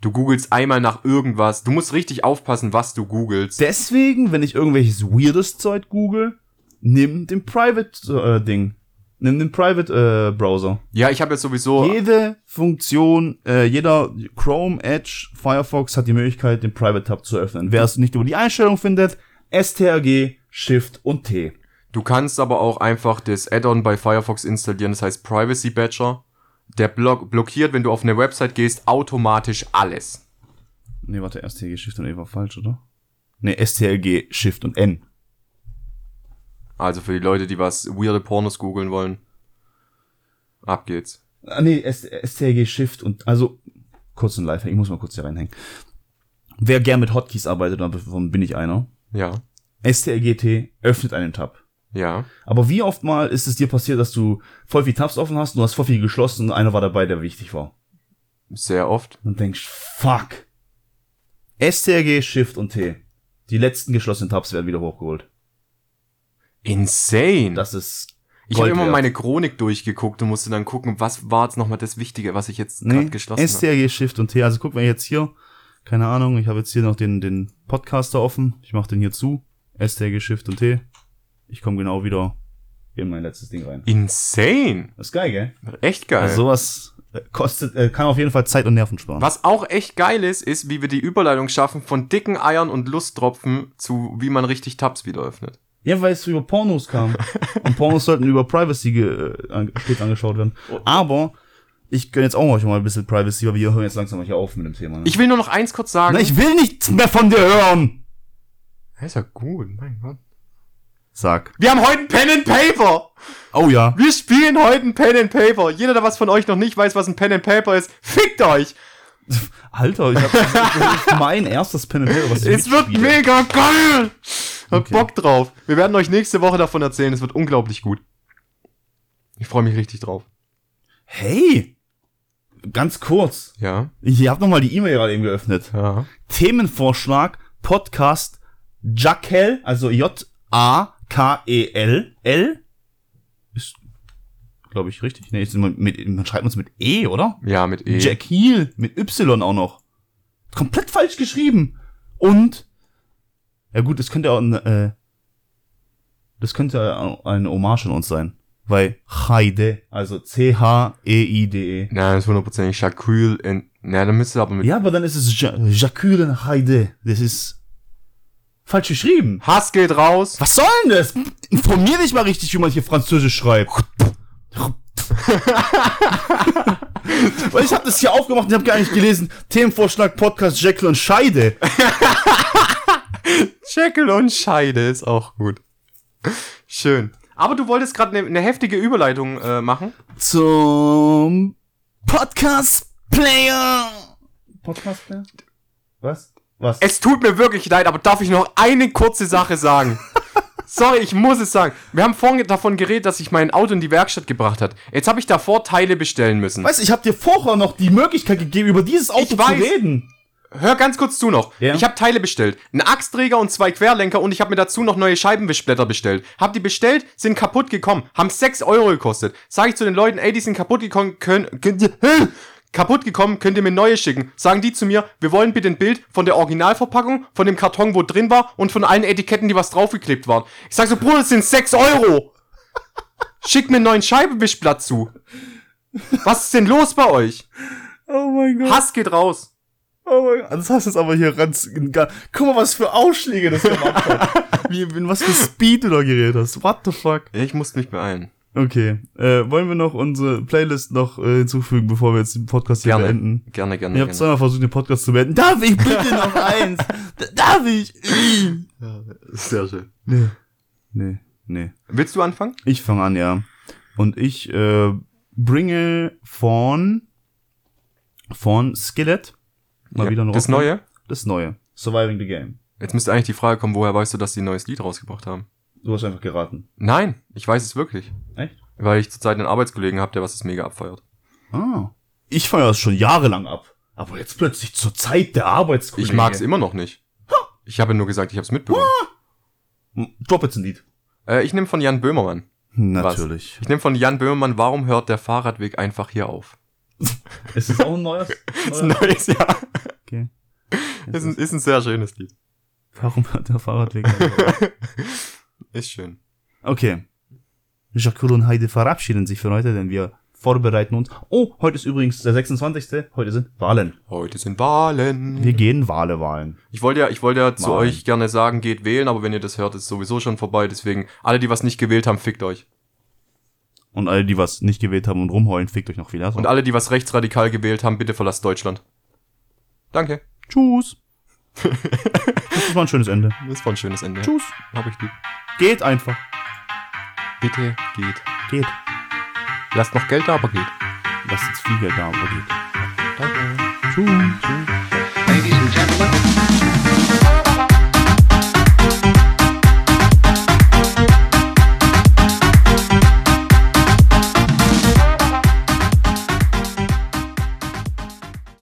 Du googelst einmal nach irgendwas. Du musst richtig aufpassen, was du googelst.
Deswegen, wenn ich irgendwelches weirdes Zeug google, nimm den Private-Ding. nimm den Private-Browser.
Ja, ich habe jetzt sowieso.
Jede Funktion, äh, jeder Chrome, Edge, Firefox hat die Möglichkeit, den Private-Tab zu öffnen. Wer es nicht über die Einstellung findet, STRG, Shift und T.
Du kannst aber auch einfach das Add-on bei Firefox installieren, das heißt Privacy Badger. Der block blockiert, wenn du auf eine Website gehst, automatisch alles.
Nee, warte, STLG Shift und E war falsch, oder? Nee, STLG Shift und N.
Also für die Leute, die was weirde Pornos googeln wollen. Ab geht's.
Ah, nee, S STLG Shift und, also, kurz ein Lifehack, ich muss mal kurz hier reinhängen. Wer gern mit Hotkeys arbeitet, davon bin ich einer.
Ja.
STLGT öffnet einen Tab.
Ja.
Aber wie oft mal ist es dir passiert, dass du voll viel Tabs offen hast, und du hast voll viel geschlossen und einer war dabei, der wichtig war?
Sehr oft.
und denkst, fuck. STRG, Shift und T. Die letzten geschlossenen Tabs werden wieder hochgeholt.
Insane.
Das ist.
ich habe
Gold
immer
wert.
meine Chronik durchgeguckt und musste dann gucken, was war jetzt nochmal das Wichtige, was ich jetzt gerade
Nee,
geschlossen habe.
STRG, Shift und T. Also guck mal jetzt hier. Keine Ahnung, ich habe jetzt hier noch den, den Podcaster offen. Ich mache den hier zu. STRG, Shift und T. Ich komme genau wieder in mein letztes Ding rein.
Insane.
Das ist geil, gell?
Echt geil.
Also sowas äh, kostet, äh, kann auf jeden Fall Zeit und Nerven sparen.
Was auch echt geil ist, ist, wie wir die Überleitung schaffen von dicken Eiern und Lusttropfen zu, wie man richtig Tabs wieder öffnet.
Ja, weil es über Pornos
<laughs>
kam. Und Pornos sollten über Privacy ge äh, an- spät angeschaut werden. Aber ich gönn jetzt auch euch mal ein bisschen Privacy, weil wir hören jetzt langsam mal hier auf mit dem Thema. Ne?
Ich will nur noch eins kurz sagen.
Na, ich will nichts mehr von dir hören!
ist ja gut, mein Gott.
Sag.
Wir haben heute ein Pen and Paper.
Oh ja.
Wir spielen heute ein Pen and Paper. Jeder, der was von euch noch nicht weiß, was ein Pen and Paper ist, fickt euch.
Alter, ich hab, das ist mein erstes Pen and Paper, was ich
Es wird
mitspiele.
mega geil. Hab
Okay.
Bock drauf. Wir werden euch nächste Woche davon erzählen. Es wird unglaublich gut. Ich freue mich richtig drauf.
Hey! Ganz kurz.
Ja.
Ich hab nochmal die E-Mail gerade eben geöffnet.
Ja.
Themenvorschlag Podcast Jackel, also J-A-K-E-L, E L ist, glaube ich, richtig. Nee, ist immer mit, man schreibt uns mit E, oder?
Ja, mit E.
Jack Heel mit Y auch noch. Komplett falsch geschrieben. Und, ja gut, das könnte auch ein, äh, das könnte auch eine Hommage an uns sein. Weil Heide, also C-H-E-I-D-E.
Nein, das ist hundertprozentig Shaquille in. Na, dann müsste aber mit
E. Ja, aber dann ist es ja Jacqueline Heide. Das ist falsch geschrieben.
Hass geht raus.
Was soll denn das? Informier dich mal richtig, wie man hier Französisch schreibt. Weil ich habe das hier aufgemacht und habe gar nicht gelesen. Themenvorschlag Podcast Jekyll und Scheide.
Jekyll und Scheide ist auch gut. Schön. Aber du wolltest gerade eine ne heftige Überleitung äh, machen.
Zum Podcast Player. Podcast Player? Was? Was?
Es tut mir wirklich leid, aber darf ich noch eine kurze Sache sagen? Sorry, ich muss es sagen. Wir haben vorhin davon geredet, dass ich mein Auto in die Werkstatt gebracht hat. Jetzt habe ich davor Teile bestellen müssen.
Weißt du, ich habe dir vorher noch die Möglichkeit gegeben, über dieses Auto zu
weiß.
reden.
Hör ganz kurz zu noch.
Ja.
Ich habe Teile bestellt. Einen Achsträger und zwei Querlenker und ich habe mir dazu noch neue Scheibenwischblätter bestellt. Hab die bestellt, sind kaputt gekommen. Haben 6 Euro gekostet. Sag ich zu den Leuten, ey, die sind kaputt gekommen, können, können- äh, kaputt gekommen, könnt ihr mir neue schicken. Sagen die zu mir, wir wollen bitte ein Bild von der Originalverpackung, von dem Karton, wo drin war und von allen Etiketten, die was draufgeklebt waren. Ich sag so, Bruder, das sind 6
Oh
Euro. Schick mir einen neuen Scheibenwischblatt zu. Was ist denn los bei euch?
Oh mein Gott.
Hass geht raus.
Oh mein Gott, das hast du jetzt aber hier ganz, ganz. Guck mal, was für Ausschläge das gemacht
<laughs>
hat. Wie, in was für Speed du da geredet hast. What the fuck?
Ich muss mich beeilen.
Okay. Äh, wollen wir noch unsere Playlist noch äh, hinzufügen, bevor wir jetzt den Podcast hier
Gerne.
beenden?
Gerne, gerne.
Ihr habt
gerne.
zweimal versucht, den Podcast zu beenden. Darf ich
<laughs>
bitte noch eins? D- Darf ich?
Sehr schön.
nee. Nee, nee.
Willst du anfangen?
Ich fange an, ja. Und ich äh, bringe von von Skillet mal wieder ein
Das
Rockband.
Neue?
Das neue. Surviving the Game.
Jetzt müsste eigentlich die Frage kommen, woher weißt du, dass die ein neues Lied rausgebracht haben?
Du hast einfach geraten.
Nein, ich weiß es wirklich.
Echt?
Weil ich zurzeit einen Arbeitskollegen habe, der was das mega abfeiert.
Ah. Ich feiere das schon jahrelang ab. Aber jetzt plötzlich zur Zeit der Arbeitskollegen.
Ich mag es immer noch nicht. Ich habe nur gesagt, ich habe es mitbekommen.
Drop jetzt ein Lied.
Äh, ich nehme von Jan Böhmermann.
Natürlich.
Ich nehme von Jan Böhmermann, warum hört der Fahrradweg einfach hier auf? <laughs>
Ist <laughs> es auch ein neues?
Das ist ein neues Jahr.
okay.
<laughs> Ist ein, ist ein sehr schönes Lied.
Warum hat der Fahrradweg?
Ist schön.
<laughs> okay. Jacqueline und Heide verabschieden sich für heute, denn wir vorbereiten uns. Oh, heute ist übrigens der 26. Heute sind Wahlen.
Heute sind Wahlen.
Wir gehen Wale wahlen.
Ich wollte ja, ich wollte ja zu
Mann.
euch gerne sagen, geht wählen, aber wenn ihr das hört, ist sowieso schon vorbei. Deswegen, alle, die was nicht gewählt haben, fickt euch.
Und alle, die was nicht gewählt haben und rumheulen, fickt euch noch viel. Also,
Und alle, die was rechtsradikal gewählt haben, bitte verlasst Deutschland. Danke.
<laughs> Tschüss. Das ist mal ein schönes Ende.
Das war ein schönes Ende.
Tschüss.
Hab ich lieb.
Geht einfach.
Bitte geht.
Geht.
Lasst noch Geld da, aber geht.
Lass jetzt viel Geld da, aber geht.
Danke.
Tschüss.
Ladies and gentlemen,